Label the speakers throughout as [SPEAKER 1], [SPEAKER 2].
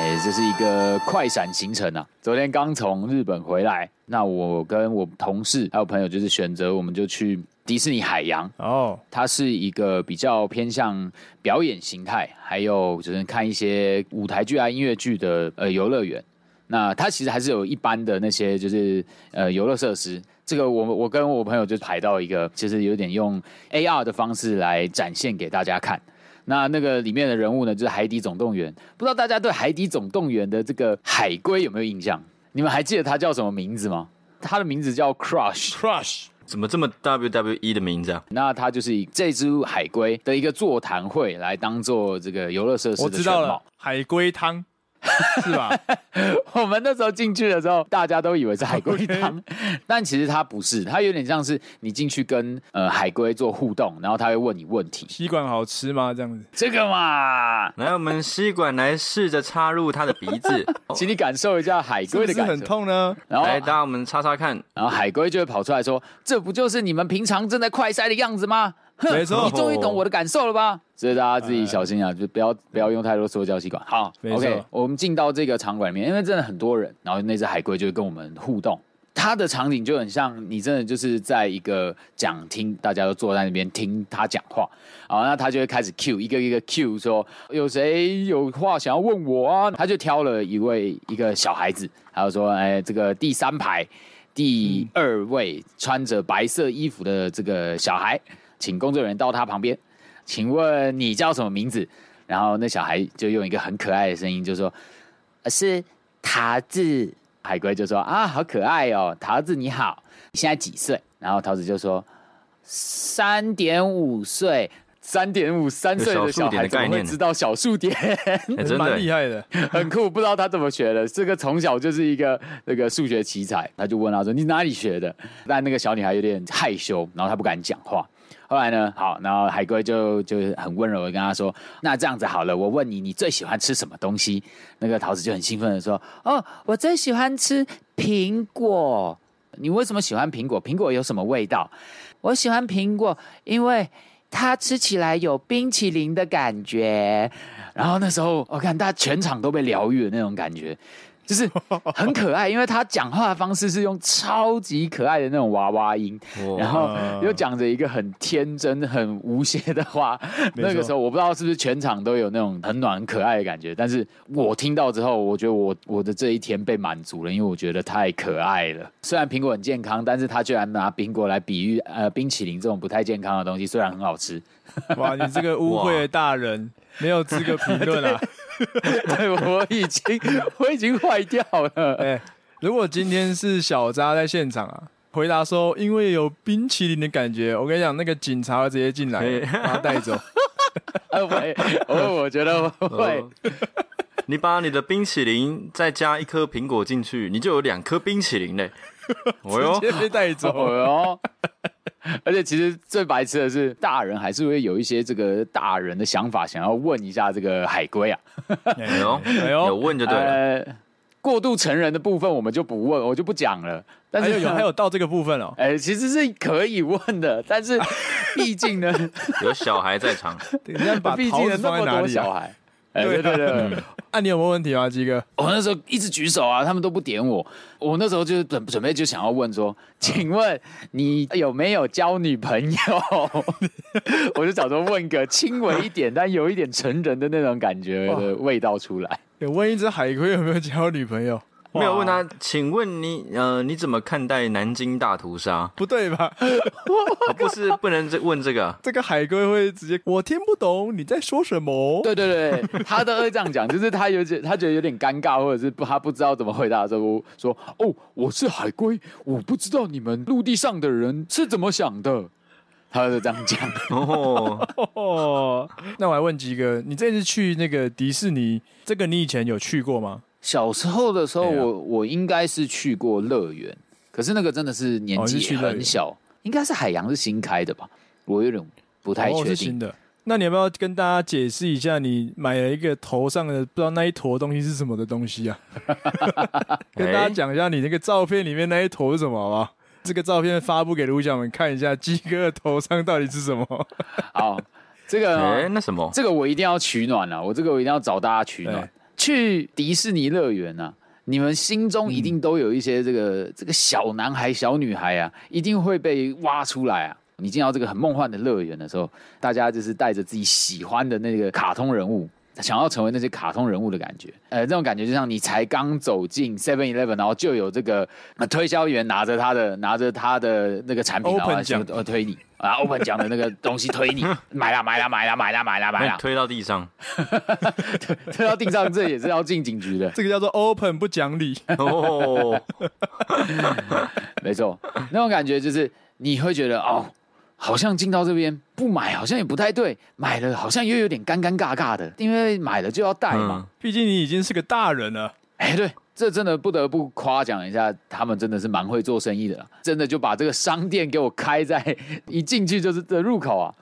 [SPEAKER 1] 哎这是一个快闪行程啊！昨天刚从日本回来，那我跟我同事还有朋友就是选择，我们就去迪士尼海洋，
[SPEAKER 2] 哦，
[SPEAKER 1] 它是一个比较偏向表演形态，还有就是看一些舞台剧啊、音乐剧的呃游乐园。那它其实还是有一般的那些就是呃游乐设施。这个我我跟我朋友就排到一个，就是有点用 AR 的方式来展现给大家看。那那个里面的人物呢，就是《海底总动员》。不知道大家对《海底总动员》的这个海龟有没有印象？你们还记得它叫什么名字吗？它的名字叫 Crush。
[SPEAKER 2] ，Crush
[SPEAKER 3] 怎么这么 WWE 的名字啊？
[SPEAKER 1] 那它就是以这只海龟的一个座谈会来当做这个游乐设施
[SPEAKER 2] 我
[SPEAKER 1] 的
[SPEAKER 2] 知
[SPEAKER 1] 全
[SPEAKER 2] 道
[SPEAKER 1] 貌
[SPEAKER 2] 了。，海龟汤是吧？
[SPEAKER 1] 我们那时候进去的时候，大家都以为是海龟 汤，但其实它不是，它有点像是你进去跟呃海龟做互动，然后它会问你问题。
[SPEAKER 2] 吸管好吃吗？这样子，
[SPEAKER 1] 这个嘛，
[SPEAKER 3] 来，我们吸管来试着插入他的鼻 子，哦
[SPEAKER 1] 请你感受一下海
[SPEAKER 2] 是
[SPEAKER 1] 龟
[SPEAKER 2] 不
[SPEAKER 1] 的
[SPEAKER 2] 是
[SPEAKER 1] 感受。
[SPEAKER 2] 很痛呢？
[SPEAKER 1] 然后
[SPEAKER 3] 来，大家我们插插看。
[SPEAKER 1] 然后海龟就会跑出来说：“这不就是你们平常正在快塞的样子吗？”哼
[SPEAKER 2] 没错
[SPEAKER 1] 你终于懂我的感受了吧？所以大家自己小心啊，就不要不要用太多塑胶吸管。好
[SPEAKER 2] 没错
[SPEAKER 1] ，OK，我们进到这个场馆里面，因为真的很多人，然后那只海龟就跟我们互动。它的场景就很像你真的就是在一个讲厅，大家都坐在那边听他讲话，好，那他就会开始 Q 一个一个 Q 说有谁有话想要问我啊？他就挑了一位一个小孩子，他就说哎，这个第三排第二位穿着白色衣服的这个小孩，请工作人员到他旁边，请问你叫什么名字？然后那小孩就用一个很可爱的声音就说呃是桃子。海龟就说啊，好可爱哦，桃子你好，你现在几岁？然后桃子就说三点五岁，三点五三岁的小孩
[SPEAKER 3] 有小数点的
[SPEAKER 1] 怎
[SPEAKER 3] 概
[SPEAKER 1] 么会
[SPEAKER 3] 念
[SPEAKER 1] 知道小数点？
[SPEAKER 3] 哎、
[SPEAKER 2] 是
[SPEAKER 3] 真
[SPEAKER 2] 嗯蛮厉
[SPEAKER 3] 的，
[SPEAKER 2] 害的，
[SPEAKER 1] 很酷，不知道他怎么学的。这个从小就是一个那个数学奇才，他就问他说：“你哪里学的？”但那个小女孩有点害羞，然后她不敢讲话。后来呢，好，然后海龟就就很温柔的跟他说：“那这样子好了，我问你，你最喜欢吃什么东西？”那个桃子就很兴奋的说：“哦，我最喜欢吃苹果。你为什么喜欢苹果？苹果有什么味道？我喜欢苹果，因为它吃起来有冰淇淋的感觉。然后那时候，我看大家全场都被疗愈的那种感觉，就是很可爱，因为他讲话的方式是用超级可爱的那种娃娃音，
[SPEAKER 3] 哇
[SPEAKER 1] 然后又讲着一个很天真、很无邪的话。
[SPEAKER 2] 没错
[SPEAKER 1] 那个时候，我不知道是不是全场都有那种很暖、很可爱的感觉，但是我听到之后，我觉得我我的这一天被满足了，因为我觉得太可爱了。虽然苹果很健康，但是他居然拿苹果来比喻呃冰淇淋这种不太健康的东西，虽然很好吃，
[SPEAKER 2] 哇，你这个污秽的大人没有资格评论啊！
[SPEAKER 1] 对我已经 我已经坏掉了。
[SPEAKER 2] 哎，如果今天是小扎在现场啊，回答说因为有冰淇淋的感觉，我跟你讲，那个警察会直接进来
[SPEAKER 3] 哎
[SPEAKER 2] 把他带走。
[SPEAKER 1] 呃喂，我我觉得我会
[SPEAKER 3] 哦。你把你的冰淇淋再加一颗苹果进去，你就有两颗冰淇淋 嘞。哦哟
[SPEAKER 2] 直，接被带走。
[SPEAKER 1] 哦哟。而且其实最白痴的是，大人还是会有一些这个大人的想法，想要问一下这个海龟啊。
[SPEAKER 3] 哎呦，
[SPEAKER 2] 哎
[SPEAKER 3] 有
[SPEAKER 2] 呦，
[SPEAKER 3] 问就对了。
[SPEAKER 1] 呃，过度成人的部分我们就不问，我就不讲了。但
[SPEAKER 2] 还
[SPEAKER 1] 是
[SPEAKER 2] 有哎有还有到这个部分哦，
[SPEAKER 1] 哎、其实是可以问的，但 是毕竟呢，
[SPEAKER 3] 有小孩在场，
[SPEAKER 2] 你看 把
[SPEAKER 1] 毕
[SPEAKER 2] 桃
[SPEAKER 1] 竟有
[SPEAKER 2] 子
[SPEAKER 1] 那
[SPEAKER 2] 放
[SPEAKER 1] 么
[SPEAKER 2] 在哪
[SPEAKER 1] 多
[SPEAKER 2] 里
[SPEAKER 1] 小
[SPEAKER 2] 啊？
[SPEAKER 1] 孩。哎，对对对，
[SPEAKER 2] 啊，你有没有问题啊，鸡哥？
[SPEAKER 1] 我那时候一直举手啊，他们都不点我。我那时候就准准备就想要问说，
[SPEAKER 2] 嗯
[SPEAKER 1] 请问你有没有交女朋友？ 我就想说问个轻微一点，但有一点成人的那种感觉的味道出来。
[SPEAKER 2] 有问一只海龟有没有交女朋友？
[SPEAKER 3] 没有问他，请问你呃，你怎么看待南京大 屠杀？
[SPEAKER 2] 不对吧？
[SPEAKER 3] 哦不是不能这问这个啊，
[SPEAKER 2] 这个海龟会直接，我听不懂你在说什么。
[SPEAKER 1] 对对对，他都会这样讲，就是他有点他觉得有点尴尬，或者是不他不知道怎么回答的时候，我说哦，我是海龟，我不知道你们陆地上的人是怎么想的。他就这样讲。
[SPEAKER 3] 哦，
[SPEAKER 2] 哦， 那我还问鸡哥，你这次去那个迪士尼，这个你以前有去过吗？
[SPEAKER 1] 小时候的时候，
[SPEAKER 2] 对啊
[SPEAKER 1] 我我应该是去过乐园，可是那个真的是年
[SPEAKER 2] 哦你是
[SPEAKER 1] 纪
[SPEAKER 2] 去乐园
[SPEAKER 1] 很小，应该是海洋是新开的吧，我有点不太
[SPEAKER 2] 哦，
[SPEAKER 1] 确
[SPEAKER 2] 是
[SPEAKER 1] 定。
[SPEAKER 2] 新的。那你要不要跟大家解释一下，你买了一个头上的不知道那一坨东西是什么的东西 啊？跟大家
[SPEAKER 3] 哎
[SPEAKER 2] 讲一下，你那个照片里面那一坨是什么好不好？这个照片发布给卢小们看一下，鸡哥的头上到底是什么？
[SPEAKER 1] 好，这个、
[SPEAKER 2] 啊
[SPEAKER 1] 哦
[SPEAKER 3] 哎，那什么？
[SPEAKER 2] 哦
[SPEAKER 1] 啊这个我一定要取暖了、我这个我一定要找大家取暖
[SPEAKER 2] 哎。
[SPEAKER 1] 去迪士尼乐园啊，你们心中一定都有一些这个、这个小男孩、小女孩啊，一定会被挖出来啊。你进到这个很梦幻的乐园的时候，大家就是带着自己喜欢的那个卡通人物，想要成为那些卡通人物的感觉。呃，这种感觉就像你才刚走进 Seven Eleven，然后就有这个、呃、推销员拿着他的拿着他的那个产品，然
[SPEAKER 2] Open
[SPEAKER 1] 后
[SPEAKER 2] 奖
[SPEAKER 1] 呃推你啊，Open 奖的那个东西推你，买啦买啦买啦买啦买啦买
[SPEAKER 2] 啊
[SPEAKER 3] 把你
[SPEAKER 1] 啦，
[SPEAKER 3] 哎推到 地上。
[SPEAKER 1] 推到地上，这也是要进警局 的。
[SPEAKER 2] 这个叫做 open 不讲理，
[SPEAKER 3] 哦，
[SPEAKER 1] 没错，那种感觉就是你会觉得哦，好像进到这边不买好像也不太对，买了好像又有点尴尴尬尬的，因为买了就要带嘛。
[SPEAKER 3] 嗯，
[SPEAKER 2] 毕竟你已经是个大人了。
[SPEAKER 1] 哎、对，这真的不得不夸奖一下，他们真的是蛮会做生意的啦，真的就把这个商店给我开在一进去就是的入口啊，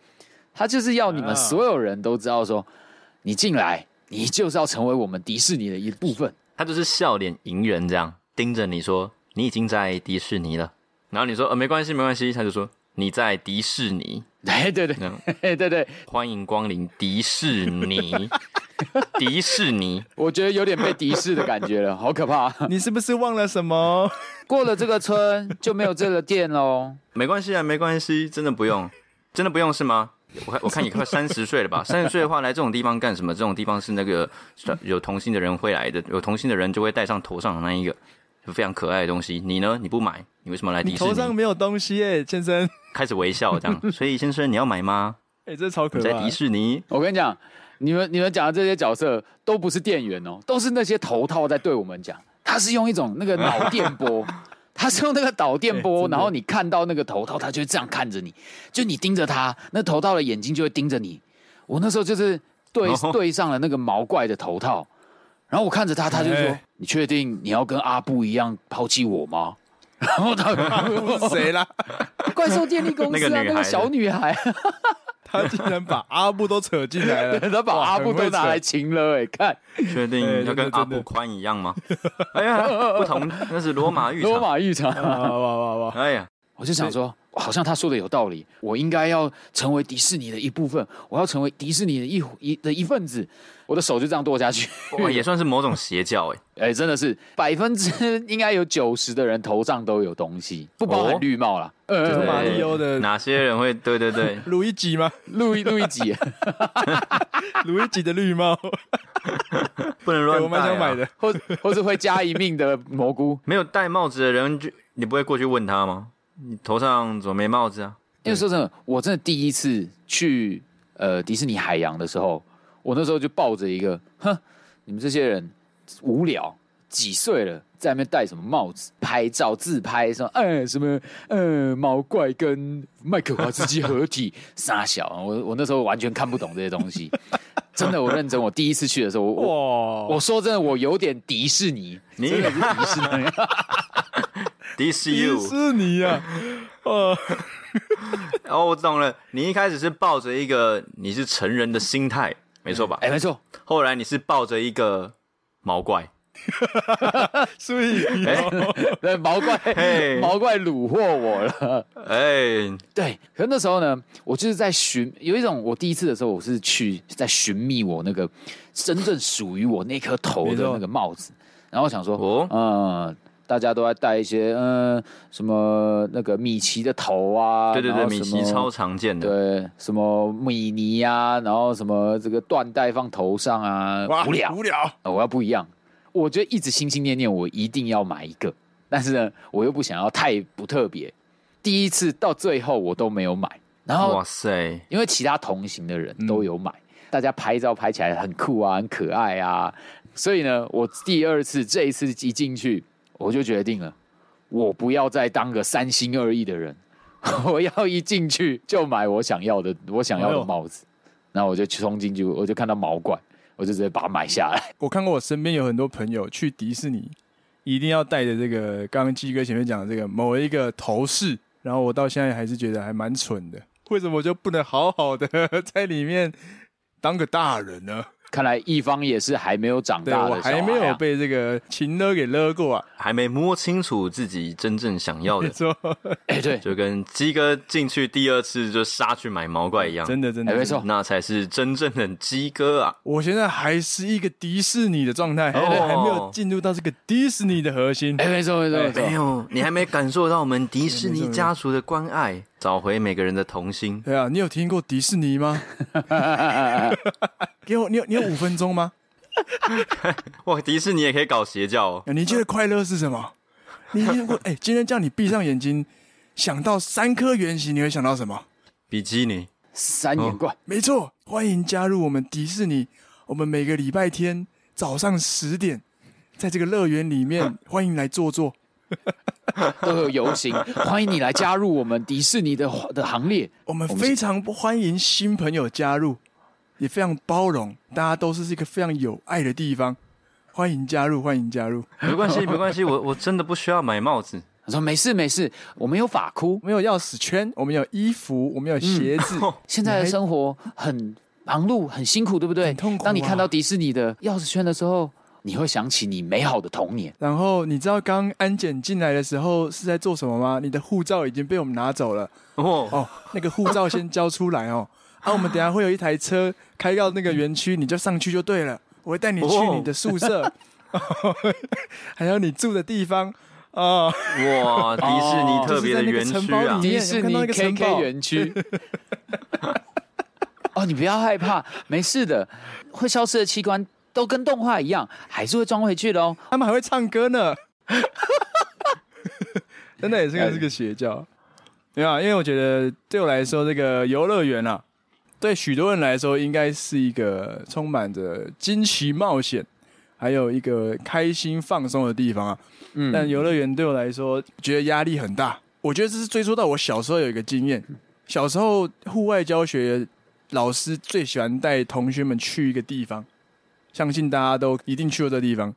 [SPEAKER 1] 他就是要你
[SPEAKER 2] 啊
[SPEAKER 1] 们所有人都知道说，你进来你就是要成为我们迪士尼的一部分。
[SPEAKER 3] 他就是笑脸迎人这样盯着你说，你已经在迪士尼了。然后你说呃没关系没关系，他就说你在迪士尼，
[SPEAKER 1] 哎，对对，
[SPEAKER 3] 嗯
[SPEAKER 1] 哎，对对，
[SPEAKER 3] 欢迎光临迪士 尼，迪士尼。
[SPEAKER 1] 我觉得有点被敌视的感觉了，好可怕。啊
[SPEAKER 2] 你是不是忘了什么？
[SPEAKER 1] 过了这个村就没有这个店喽。
[SPEAKER 3] 没关系啊，没关系，真的不用，真的不用是吗？我看我看你快三十岁 了吧？三十岁的话来这种地方干什么？这种地方是那个是有同性的人会来的，有同性的人就会戴上头上的那一个非常可爱的东西。你呢？你不买，你为什么来
[SPEAKER 2] 你
[SPEAKER 3] 迪士
[SPEAKER 2] 头上
[SPEAKER 3] 尼？
[SPEAKER 2] 没有东西耶、先生。
[SPEAKER 3] 开始微笑这样。所以先生，你要买吗？
[SPEAKER 2] 哎、这超可
[SPEAKER 3] 你
[SPEAKER 2] 怕
[SPEAKER 3] 在。迪士 尼？
[SPEAKER 1] 我跟你讲，你们你们讲的这些角色都不是店员哦，都是那些头套在对我们讲。他是用一种那个脑电 波，他是用那个导电
[SPEAKER 2] 哎
[SPEAKER 1] 波，
[SPEAKER 2] 真的
[SPEAKER 1] 然后你看到那个头套，他就会这样看着你，就你盯着他，那头套的眼睛就会盯着你。我那时候就是对、
[SPEAKER 3] 哦
[SPEAKER 1] 对上了那个毛怪的头套，然后我看着他，他就说：“
[SPEAKER 2] 哎
[SPEAKER 1] 你确定你要跟阿布一样抛弃我吗？” 然后他
[SPEAKER 2] 是谁啦？
[SPEAKER 1] 怪兽电力公司啊，
[SPEAKER 3] 那个女
[SPEAKER 1] 那
[SPEAKER 3] 孩
[SPEAKER 1] 个
[SPEAKER 3] 子
[SPEAKER 1] 小女孩，
[SPEAKER 2] 他竟然把阿布都扯进来 了，
[SPEAKER 1] 他把
[SPEAKER 2] 哇
[SPEAKER 1] 阿布都拿来。亲了、哎，看
[SPEAKER 3] 确定要跟
[SPEAKER 2] 哎真的
[SPEAKER 3] 阿
[SPEAKER 2] 真
[SPEAKER 3] 布
[SPEAKER 2] 的
[SPEAKER 3] 宽一样吗？ 哎呀，不同，那是罗马浴
[SPEAKER 1] 罗
[SPEAKER 3] 场。
[SPEAKER 1] 马浴场。
[SPEAKER 2] 很会扯哇哇哇哇！
[SPEAKER 3] 哎呀，
[SPEAKER 1] 我就想说，好像他说的有道理，我应该要成为迪士尼的一部分，我要成为迪士尼的一一的一份子。我的手就这样剁下去，
[SPEAKER 3] 哇，也算是某种邪教哎。
[SPEAKER 1] 哎，真的是百分之应该有九十的人头上都有东西，不包
[SPEAKER 3] 哦
[SPEAKER 1] 含绿帽啦。
[SPEAKER 2] 是
[SPEAKER 1] 呃，
[SPEAKER 2] 马里奥的
[SPEAKER 3] 哪些人会？对对 对，
[SPEAKER 2] 路易吉 吗？
[SPEAKER 1] 录一录一集，
[SPEAKER 2] 路易吉的绿帽，
[SPEAKER 3] 不
[SPEAKER 2] 对
[SPEAKER 3] 能乱
[SPEAKER 2] 我蛮
[SPEAKER 3] 戴
[SPEAKER 2] 想
[SPEAKER 3] 啊
[SPEAKER 2] 买的。
[SPEAKER 1] 或或是会加一命的蘑菇。
[SPEAKER 3] 没有戴帽子的人，就你不会过去问他吗？你头上怎么没帽 子啊？
[SPEAKER 1] 因为说真的，我真的第一次去呃迪士尼海洋的时候，我那时候就抱着一个，哼，你们这些人无聊，几岁了，在那边戴什么帽子拍照自拍，说，呃，什么，呃，毛怪跟麦克华兹基合体，傻小，我我那时候完全看不懂这些东西，真的，我认真，我第一次去的时候，我我
[SPEAKER 2] 哇！
[SPEAKER 1] 我说真的，我有点迪士尼，
[SPEAKER 3] 你
[SPEAKER 1] 真的是迪士尼，
[SPEAKER 3] This
[SPEAKER 2] 迪
[SPEAKER 3] you
[SPEAKER 2] 士尼啊，哦，
[SPEAKER 3] 哦，我懂了。你一开始是抱着一个你是成人的心态，没错吧
[SPEAKER 1] 哎、？没错，
[SPEAKER 3] 后来你是抱着一个毛怪，
[SPEAKER 2] 所以
[SPEAKER 3] 哎
[SPEAKER 1] 那毛怪
[SPEAKER 3] 嘿
[SPEAKER 1] 毛怪虏获我了。
[SPEAKER 3] 哎，
[SPEAKER 1] 对，可是那时候呢，我就是在寻，有一种我第一次的时候，我是去在寻觅我那个真正属于我那颗头
[SPEAKER 2] 没
[SPEAKER 1] 的
[SPEAKER 2] 错
[SPEAKER 1] 那个帽子，然后我想说，
[SPEAKER 3] 哦
[SPEAKER 1] 哦，嗯。大家都在戴一些，嗯，什么那个米奇的头啊，
[SPEAKER 3] 对对
[SPEAKER 1] 然
[SPEAKER 3] 对，
[SPEAKER 1] 后
[SPEAKER 3] 米
[SPEAKER 1] 什
[SPEAKER 3] 奇
[SPEAKER 1] 么
[SPEAKER 3] 超常见的。
[SPEAKER 1] 对，什么米妮啊，然后什么这个缎带放头上啊，
[SPEAKER 2] 哇
[SPEAKER 1] 无聊，
[SPEAKER 2] 无聊，
[SPEAKER 1] 呃我要不一样。我就一直心心念念，我一定要买一个，但是呢，我又不想要太不特别。第一次到最后我都没有买，然后
[SPEAKER 3] 哇塞，
[SPEAKER 1] 因为其他同行的人
[SPEAKER 2] 嗯
[SPEAKER 1] 都有买，大家拍照拍起来很酷啊，很可爱啊，所以呢，我第二次这一次一进去，我就决定了，我不要再当个三心二意的人， 我要一进去就买我想要的我想要
[SPEAKER 2] 哎
[SPEAKER 1] 的
[SPEAKER 2] 呦
[SPEAKER 1] 帽子，然后我就冲进去，我就看到毛怪，我就直接把它买下来。
[SPEAKER 2] 我看过我身边有很多朋友去迪士尼，一定要带着这个刚刚鸡哥前面讲的这个某一个头饰，然后我到现在还是觉得还蛮 蠢的，为什么我就不能好好的在里面当个大人呢？
[SPEAKER 1] 看来一方也是还没有长
[SPEAKER 2] 对
[SPEAKER 1] 大
[SPEAKER 2] 我
[SPEAKER 1] 的小孩、
[SPEAKER 2] 还
[SPEAKER 1] 啊，
[SPEAKER 2] 没有被这个情勒给勒过啊，，
[SPEAKER 3] 还没摸清楚自己真正想要的
[SPEAKER 2] 说
[SPEAKER 1] 哎、对，
[SPEAKER 3] 就跟鸡哥进去第二次就杀去买毛怪一样，
[SPEAKER 2] 真的真
[SPEAKER 1] 哎、没
[SPEAKER 2] 的，
[SPEAKER 1] 错，
[SPEAKER 3] 那才是真正的鸡哥啊！
[SPEAKER 2] 我现在还是一个迪士尼的状态，还
[SPEAKER 3] 哦
[SPEAKER 2] 还没有进入到这个迪士尼的核心
[SPEAKER 1] 哎、。没错，没错，没
[SPEAKER 3] 没
[SPEAKER 1] 错。
[SPEAKER 3] 有，你还没感受到我们迪士尼家族的关 爱，找回每个人的童心。
[SPEAKER 2] 对啊，你有听过迪士尼吗？给我，你有你有五分钟吗？
[SPEAKER 3] 哇，迪士尼也可以搞邪教哦！
[SPEAKER 2] 你觉得快乐是什么？你听过？哎、今天叫你闭上眼睛，想到三颗圆形，你会想到什么？
[SPEAKER 3] 比基尼，
[SPEAKER 1] 三眼怪，
[SPEAKER 2] 没错，欢迎加入我们迪士尼。我们每个礼拜天早上十点，在这个乐园里面，欢迎来坐坐。
[SPEAKER 1] 都有游行，欢迎你来加入我们迪士尼的的行列。
[SPEAKER 2] 我们非常欢迎新朋友加入，也非常包容，大家都是一个非常有爱的地方。欢迎加入，欢迎加入。
[SPEAKER 3] 没 关系，没关系，我我真的不需要买帽子。
[SPEAKER 1] 他说没事没事，我们有法哭
[SPEAKER 2] 我。们有钥匙圈，我们有衣服，我们有鞋子，
[SPEAKER 1] 现在的生活很忙碌，很辛苦，对不对？
[SPEAKER 2] 很痛苦啊
[SPEAKER 1] 当你看到迪士尼的钥匙圈的时候，你会想起你美好的童年。
[SPEAKER 2] 然后你知道刚安检进来的时候是在做什么吗？你的护照已经被我们拿走了
[SPEAKER 3] 哦，
[SPEAKER 2] 哦，那个护照先交出来哦。啊，我们等一下会有一台车开到那个园区，你就上去就对了。我会带你去
[SPEAKER 3] 哦
[SPEAKER 2] 你的宿舍， 还有你住的地方哦，
[SPEAKER 3] 哇，迪士尼特别的园
[SPEAKER 2] 就是在那个城
[SPEAKER 3] 区
[SPEAKER 2] 堡
[SPEAKER 3] 啊
[SPEAKER 2] 里！
[SPEAKER 1] 迪
[SPEAKER 2] 面
[SPEAKER 1] 士
[SPEAKER 2] 有没有
[SPEAKER 1] 尼
[SPEAKER 2] 看到那个城
[SPEAKER 1] KK
[SPEAKER 2] 堡
[SPEAKER 1] 园区。 哦，你不要害怕，没事的，会消失的器官都跟动画一样，还是会装回去的哦。
[SPEAKER 2] 他们还会唱歌呢。 真的也是个是个邪教，没有啊？因为我觉得对我来说，这个游乐园啊，对许多人来说，应该是一个充满着惊奇冒险，还有一个开心放松的地方啊。
[SPEAKER 1] 嗯
[SPEAKER 2] 但游乐园对我来说，觉得压力很大。我觉得这是追溯到我小时候有一个经验，小时候户外教学老师最喜欢带同学们去一个地方，相信大家都一定去过这地方，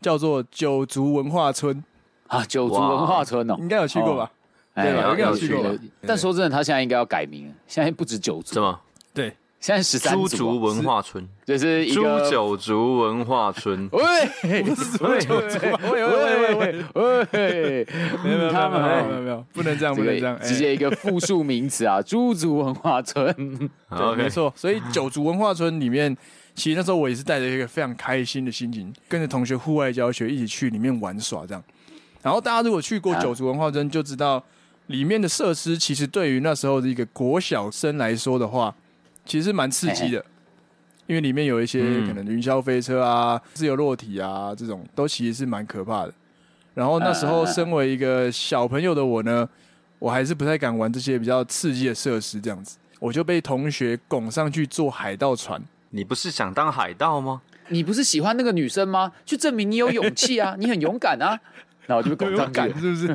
[SPEAKER 2] 叫做九族文化村，
[SPEAKER 1] 啊，九族文化村哦，
[SPEAKER 2] 应该有去过吧？对吧
[SPEAKER 1] 哎
[SPEAKER 3] 应该有去
[SPEAKER 2] 过吧
[SPEAKER 1] 有但说真的，他现在应该要改名了，现在不止九
[SPEAKER 3] 什
[SPEAKER 1] 族，
[SPEAKER 3] 么？
[SPEAKER 2] 对，
[SPEAKER 1] 现在十三
[SPEAKER 3] 猪
[SPEAKER 1] 族
[SPEAKER 3] 族
[SPEAKER 1] 哦，
[SPEAKER 3] 文化村，
[SPEAKER 1] 就是一
[SPEAKER 3] 猪
[SPEAKER 1] 个。。
[SPEAKER 3] 九族文化村
[SPEAKER 1] 喂，不是喂喂喂喂喂，
[SPEAKER 2] 没有没有没
[SPEAKER 1] 他
[SPEAKER 2] 有没有
[SPEAKER 1] 们
[SPEAKER 2] 没有没有，不能这样，不能
[SPEAKER 1] 这
[SPEAKER 2] 这样
[SPEAKER 1] 个，直
[SPEAKER 2] 哎嗯
[SPEAKER 1] 接一个复数名词啊，猪族文化村。
[SPEAKER 2] 哦对
[SPEAKER 3] OK，
[SPEAKER 2] 没错。所以九族文化村里面，其实那时候我也是带着一个非常开心的心情，跟着同学户外教学一起去里面玩耍这样。然后大家如果去过
[SPEAKER 1] 啊
[SPEAKER 2] 九族文化村，就知道里面的设施其实对于那时候的一个国小生来说的话，其实是蛮刺激的，因为里面有一些
[SPEAKER 3] 嗯
[SPEAKER 2] 可能云霄飞车啊、自由落体啊这种，都其实是蛮可怕的。然后那时候
[SPEAKER 1] 嗯嗯嗯
[SPEAKER 2] 身为一个小朋友的我呢，我还是不太敢玩这些比较刺激的设施，这样子，我就被同学拱上去坐海盗船。
[SPEAKER 3] 你不是想当海盗吗？
[SPEAKER 1] 你不是喜欢那个女生吗？去证明你有勇气啊，你很勇敢啊。那我就被拱上去
[SPEAKER 2] 敢
[SPEAKER 1] 了。
[SPEAKER 2] 是不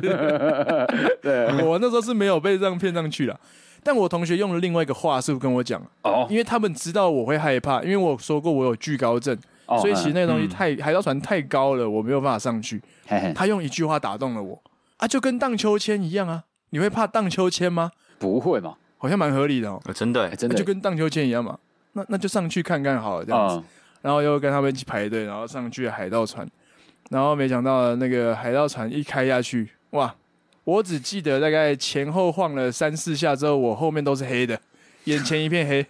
[SPEAKER 2] 是？对，我那时候是没有被这样骗上去了。但我同学用了另外一个话术跟我讲，
[SPEAKER 1] 哦
[SPEAKER 2] 因为他们知道我会害怕，因为我说过我有惧高症，
[SPEAKER 1] 哦，
[SPEAKER 2] 所以其实那个东西
[SPEAKER 3] 嗯
[SPEAKER 2] 太、海盗船太高了，我没有办法上去。
[SPEAKER 1] 嘿嘿
[SPEAKER 2] 他用一句话打动了我啊，就跟荡秋千一样啊，你会怕荡秋千吗？
[SPEAKER 1] 不会嘛，
[SPEAKER 2] 好像蛮合理的哦，
[SPEAKER 3] 呃真的
[SPEAKER 1] 哎
[SPEAKER 3] 欸，
[SPEAKER 1] 真
[SPEAKER 2] 那
[SPEAKER 1] 的
[SPEAKER 2] 就跟荡秋千一样嘛。那那就上去看看好了，这样子。
[SPEAKER 1] 嗯
[SPEAKER 2] 然后又跟他们一起排队，然后上去海盗船，然后没想到那个海盗船一开下去，哇！我只记得大概前后晃了三四下之后，我后面都是黑的，眼前一片 黑，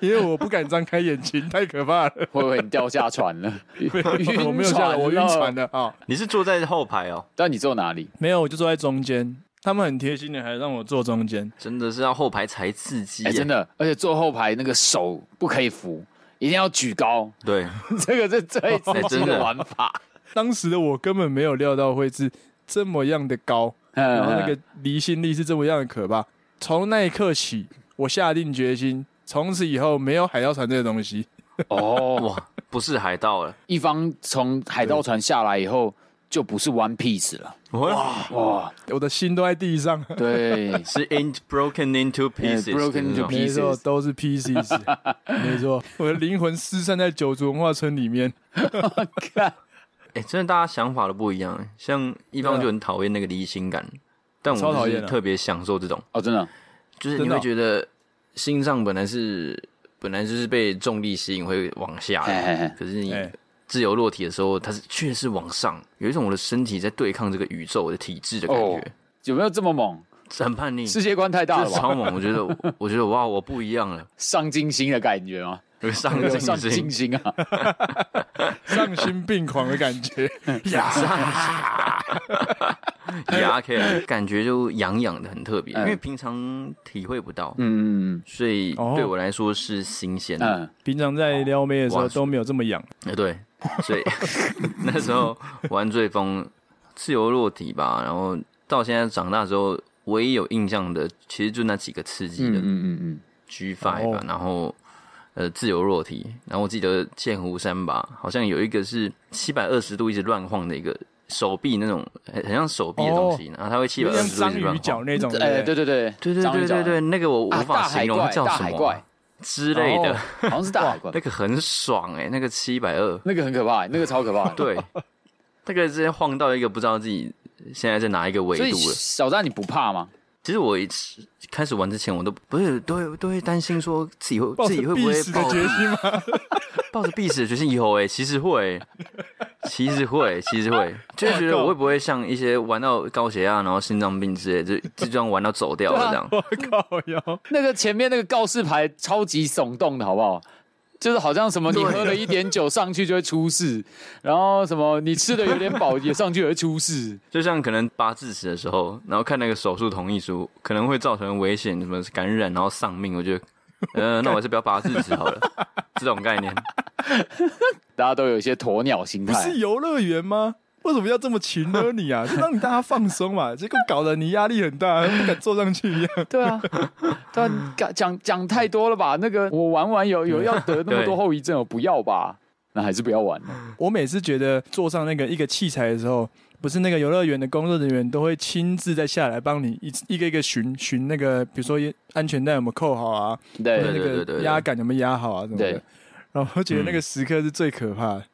[SPEAKER 2] 因为我不敢张开眼睛，太可怕了。
[SPEAKER 1] 会不会你掉下船了？
[SPEAKER 2] 我
[SPEAKER 1] 晕
[SPEAKER 2] 没有下来，我晕船
[SPEAKER 1] 了。
[SPEAKER 2] 了啊、
[SPEAKER 3] 你是坐在后排哦，
[SPEAKER 1] 但你坐哪里？
[SPEAKER 2] 没有，我就坐在中间。他们很贴心的，还让我坐中间。
[SPEAKER 3] 真的是要后排才刺激
[SPEAKER 1] 哎，
[SPEAKER 3] 耶，
[SPEAKER 1] 真的，而且坐后排那个手不可以扶，一定要举高，
[SPEAKER 3] 对，
[SPEAKER 1] 这个是最刺激
[SPEAKER 3] 哎真
[SPEAKER 1] 的
[SPEAKER 3] 的
[SPEAKER 1] 玩法。
[SPEAKER 2] 当时的我根本没有料到会是这么样的高，然后那
[SPEAKER 1] 嗯
[SPEAKER 2] 个离心力是这么样的可怕。从那一刻起，我下定决心，从此以后没有海盗船这个东西。
[SPEAKER 1] 哦，
[SPEAKER 3] 哇，不是海盗了，
[SPEAKER 1] 一方从海盗船下来以后，就不是 One Piece 了。
[SPEAKER 3] 哇，
[SPEAKER 1] 哇，
[SPEAKER 2] 我的心都在地上，
[SPEAKER 1] 对，
[SPEAKER 3] 是 ain't broken into pieces，
[SPEAKER 1] 哎 broken
[SPEAKER 3] 的那
[SPEAKER 1] into
[SPEAKER 3] 种
[SPEAKER 1] pieces
[SPEAKER 2] 没错，都是 pieces，没错，我的灵魂失散在九族文化村里面。
[SPEAKER 1] 看
[SPEAKER 3] 哎、真的大家想法都不一样欸。像一
[SPEAKER 2] 对
[SPEAKER 3] 方
[SPEAKER 2] 啊
[SPEAKER 3] 就很讨厌那个离心感，但
[SPEAKER 2] 超
[SPEAKER 3] 我
[SPEAKER 2] 讨
[SPEAKER 3] 就
[SPEAKER 2] 厌
[SPEAKER 3] 是
[SPEAKER 2] 的
[SPEAKER 3] 特别享受这种，
[SPEAKER 1] 啊哦，真的
[SPEAKER 3] 就是
[SPEAKER 2] 真
[SPEAKER 3] 你
[SPEAKER 2] 的哦
[SPEAKER 3] 会觉得心脏本来是本来就是被重力吸引会往下
[SPEAKER 1] 嘿嘿
[SPEAKER 3] 的
[SPEAKER 1] 嘿，
[SPEAKER 3] 可是你
[SPEAKER 2] 哎
[SPEAKER 3] 自由落体的时候，它是确实往上，有一种我的身体在对抗这个宇宙我的体质的感
[SPEAKER 1] 哦
[SPEAKER 3] 觉，
[SPEAKER 1] 有没有这么猛？
[SPEAKER 3] 很叛逆，
[SPEAKER 1] 世界观太大
[SPEAKER 3] 嗯这
[SPEAKER 1] 了吧？
[SPEAKER 3] 超猛！我觉得， 我我觉得哇，我不一样了，
[SPEAKER 1] 上进心的感觉吗？
[SPEAKER 3] 有上
[SPEAKER 1] 有上
[SPEAKER 3] 进
[SPEAKER 1] 进
[SPEAKER 3] 心，
[SPEAKER 1] 心 啊！
[SPEAKER 2] 丧心病狂的感觉
[SPEAKER 3] 牙 K 感觉就痒痒的，很特别，
[SPEAKER 1] 嗯
[SPEAKER 3] 因为平常体会不到，
[SPEAKER 1] 嗯嗯
[SPEAKER 3] 所以
[SPEAKER 2] 哦
[SPEAKER 3] 对我来说是新鲜
[SPEAKER 1] 嗯
[SPEAKER 3] 的。
[SPEAKER 1] 嗯，
[SPEAKER 2] 平常在撩妹的时候
[SPEAKER 3] 哇
[SPEAKER 2] 都没有这么痒，
[SPEAKER 3] 哎，对，所以 那时候玩醉风自由落体吧，然后到现在长大之后，唯一有印象的其实就那几个刺激
[SPEAKER 1] 嗯
[SPEAKER 3] 的
[SPEAKER 1] 嗯嗯嗯，
[SPEAKER 3] G Five 吧，
[SPEAKER 2] 哦
[SPEAKER 3] 然后呃自由落体，然后我记得剑湖山吧，好像有一个是七百二十度一直乱晃的一个手臂那种，很很像手臂的东西，然后它会七
[SPEAKER 2] 哦有
[SPEAKER 3] 百
[SPEAKER 2] 点
[SPEAKER 3] 二
[SPEAKER 2] 像章
[SPEAKER 3] 十度一直乱
[SPEAKER 2] 鱼
[SPEAKER 3] 晃
[SPEAKER 2] 脚。那种，
[SPEAKER 1] 哎，
[SPEAKER 2] 对
[SPEAKER 1] 对对对
[SPEAKER 3] 对对对对对，那个我无
[SPEAKER 1] 啊
[SPEAKER 3] 法
[SPEAKER 1] 大海
[SPEAKER 3] 形容它
[SPEAKER 1] 怪，
[SPEAKER 3] 叫
[SPEAKER 1] 大
[SPEAKER 3] 什
[SPEAKER 1] 海
[SPEAKER 3] 么啊
[SPEAKER 1] 怪
[SPEAKER 3] 之类的
[SPEAKER 2] 哦，
[SPEAKER 1] 好像是大海怪
[SPEAKER 3] 那，个很爽哎，那个七百 二，
[SPEAKER 1] 那个很可怕，那个超可怕。，
[SPEAKER 3] 对，那个直接晃到一个不知道自己现在在哪一个维
[SPEAKER 1] 所以
[SPEAKER 3] 度了。
[SPEAKER 1] 小张你不怕吗？
[SPEAKER 3] 其实我一开始玩之前，我都不是都会都会担心说自己会
[SPEAKER 2] 抱
[SPEAKER 3] 自
[SPEAKER 2] 着
[SPEAKER 3] 己会不
[SPEAKER 2] 必
[SPEAKER 3] 会
[SPEAKER 2] 死的
[SPEAKER 3] 抱
[SPEAKER 2] 决心吗？
[SPEAKER 3] 抱着必死的决心，有哎、其 实会，其实会，其实会，就是觉得我会不会像一些玩到高血压，然后心脏病之类，就就这样玩到走掉
[SPEAKER 1] 啊
[SPEAKER 3] 了这样。
[SPEAKER 2] 我靠哟！
[SPEAKER 1] 那个前面那个告示牌超级耸动的好不好？就是好像什么你
[SPEAKER 3] 对
[SPEAKER 1] 喝了一点酒上去就会出事，然后什么你吃的有点饱也上去也会出 事。
[SPEAKER 3] 就像可能拔智齿的时候，然后看那个手术同意书，可能会造成危险，什么感染，然后丧命。我觉得， 呃，那我还是不要拔智齿好了，这种概念。
[SPEAKER 1] 大家都有一些鸵鸟心
[SPEAKER 2] 不
[SPEAKER 1] 态
[SPEAKER 2] 是，游乐园吗？为什么要这么勤呢你 啊？就让你大家放松嘛，结果搞得你压力很大，不敢坐上去一样。
[SPEAKER 1] 对啊，对啊，讲讲讲太多了吧？那个我玩完有有要得那么多后遗症，我不要吧？那还是不要玩了。
[SPEAKER 2] 我每次觉得坐上那个一个器材的时候，不是那个游乐园的工作人员都会亲自再下来帮你一一个一个巡巡那个，比如说安全带有没有扣好啊，
[SPEAKER 1] 对
[SPEAKER 2] 或者
[SPEAKER 3] 对对
[SPEAKER 2] 那
[SPEAKER 3] 对
[SPEAKER 2] 个
[SPEAKER 3] 对
[SPEAKER 2] 压杆有没有压好啊什么
[SPEAKER 1] 对
[SPEAKER 2] 的。然后我觉得那个时刻是最可怕的，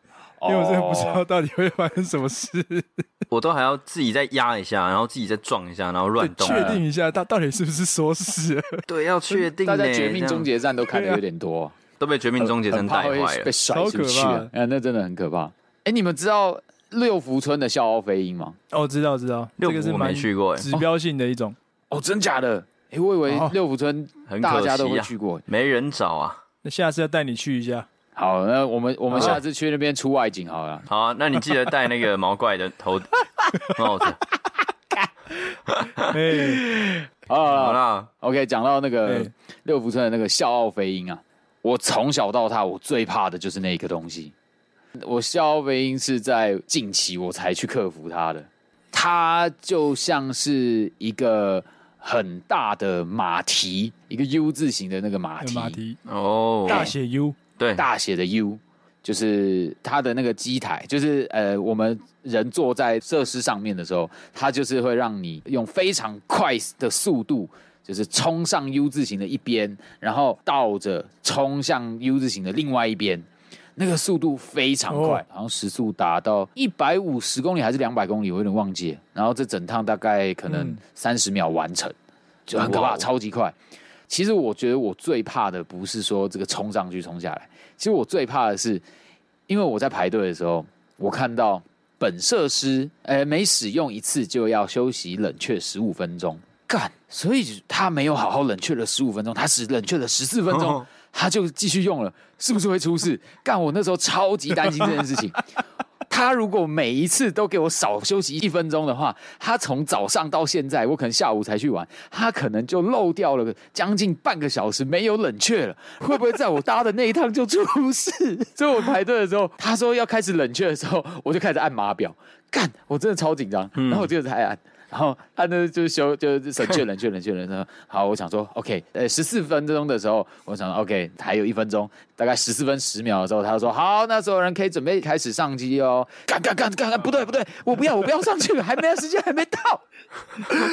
[SPEAKER 2] 因为我真的不知道
[SPEAKER 1] 哦
[SPEAKER 2] 到底会发生什么事，
[SPEAKER 3] 哦我都还要自己再压一下，然后自己再撞一下，然后乱动。啊
[SPEAKER 2] 确定一下他到底是不是说啊是了。
[SPEAKER 3] 对，要确定呢。
[SPEAKER 1] 大家《绝命终
[SPEAKER 3] 这
[SPEAKER 1] 结
[SPEAKER 3] 样
[SPEAKER 1] 站》都看的
[SPEAKER 2] 对啊
[SPEAKER 1] 有点多、
[SPEAKER 3] 都被《绝命终结
[SPEAKER 1] 很
[SPEAKER 3] 站》带
[SPEAKER 1] 怕会
[SPEAKER 3] 坏了
[SPEAKER 1] 被。甩出去、
[SPEAKER 2] 超可
[SPEAKER 1] 啊，哎、那真的很可怕。哎、你们知道六福村的笑傲飞鹰吗？
[SPEAKER 2] 哦，知道知道，
[SPEAKER 3] 六
[SPEAKER 2] 这个
[SPEAKER 3] 福
[SPEAKER 2] 是
[SPEAKER 3] 我
[SPEAKER 2] 蛮
[SPEAKER 3] 没去过，哎，
[SPEAKER 2] 指标性的一种。
[SPEAKER 1] 哦，真假的？哎、我以为
[SPEAKER 2] 哦
[SPEAKER 1] 六福村
[SPEAKER 3] 很
[SPEAKER 1] 大
[SPEAKER 3] 可
[SPEAKER 1] 家都
[SPEAKER 3] 惜
[SPEAKER 1] 会
[SPEAKER 3] 啊，
[SPEAKER 1] 去过。
[SPEAKER 3] 没人找啊。
[SPEAKER 2] 那下次要带你去一下。
[SPEAKER 1] 好，那我们我们
[SPEAKER 3] 好
[SPEAKER 1] 下次去那边出外景好了。
[SPEAKER 3] 好啊，那你记得戴那个毛怪的 头帽子。
[SPEAKER 2] 哎，
[SPEAKER 3] 好
[SPEAKER 1] 啊
[SPEAKER 3] 啦，
[SPEAKER 1] ，OK，讲到那个
[SPEAKER 2] 哎
[SPEAKER 1] 六福村的那个笑傲飞鹰啊，我从小到大我最怕的就是那个东西。我笑傲飞鹰是在近期我才去克服它的，它就像是一个很大的马蹄，一个 U 字形的那个马蹄，
[SPEAKER 2] 马蹄
[SPEAKER 3] 哦，
[SPEAKER 2] 大写 U，
[SPEAKER 3] 对，
[SPEAKER 1] 大写的 U，就是它的那个机台，就是呃，我们人坐在设施上面的时候，它就是会让你用非常快的速度，就是冲上 U 字形的一边，然后倒着冲向 U 字形的另外一边。那个速度非常快，
[SPEAKER 2] 哦
[SPEAKER 1] 好像时速达到一百五十公里还是两百公里，我有点忘记了。然后这整趟大概可能
[SPEAKER 2] 嗯
[SPEAKER 1] 三十秒完成，就很可
[SPEAKER 3] 哇
[SPEAKER 1] 怕，
[SPEAKER 3] 哦
[SPEAKER 1] 超级快。其实我觉得我最怕的不是说这个冲上去冲下来，其实我最怕的是，因为我在排队的时候，我看到本设施，呃，每使用一次就要休息冷却十五分钟，干，所以他没有好好冷却了十五分钟，他只冷却了十四分钟
[SPEAKER 3] 哦，
[SPEAKER 1] 他就继续用了，是不是会出事？干，我那时候超级担心这件事情。 他如果每一次都给我少休息一分钟的话，他从早上到现在，我可能下午才去玩，他可能就漏掉了将近半个小时没有冷却了， 会不会在我搭的那一趟就出事？ 所以我排队的时候，他说要开始冷却的时候，我就开始按码表，干，我真的超紧张，
[SPEAKER 3] 嗯
[SPEAKER 1] 然后我就才按。然后按呢就休就省却冷却冷却冷却，好，我想说 OK，呃，十四分钟的时候，我想 OK 还有一分钟，大概十四分十秒的时候，他就说好，那所有人可以准备开始上机哦，干干干干干，不对不对，我不要我不要上去，还没有时间还没到，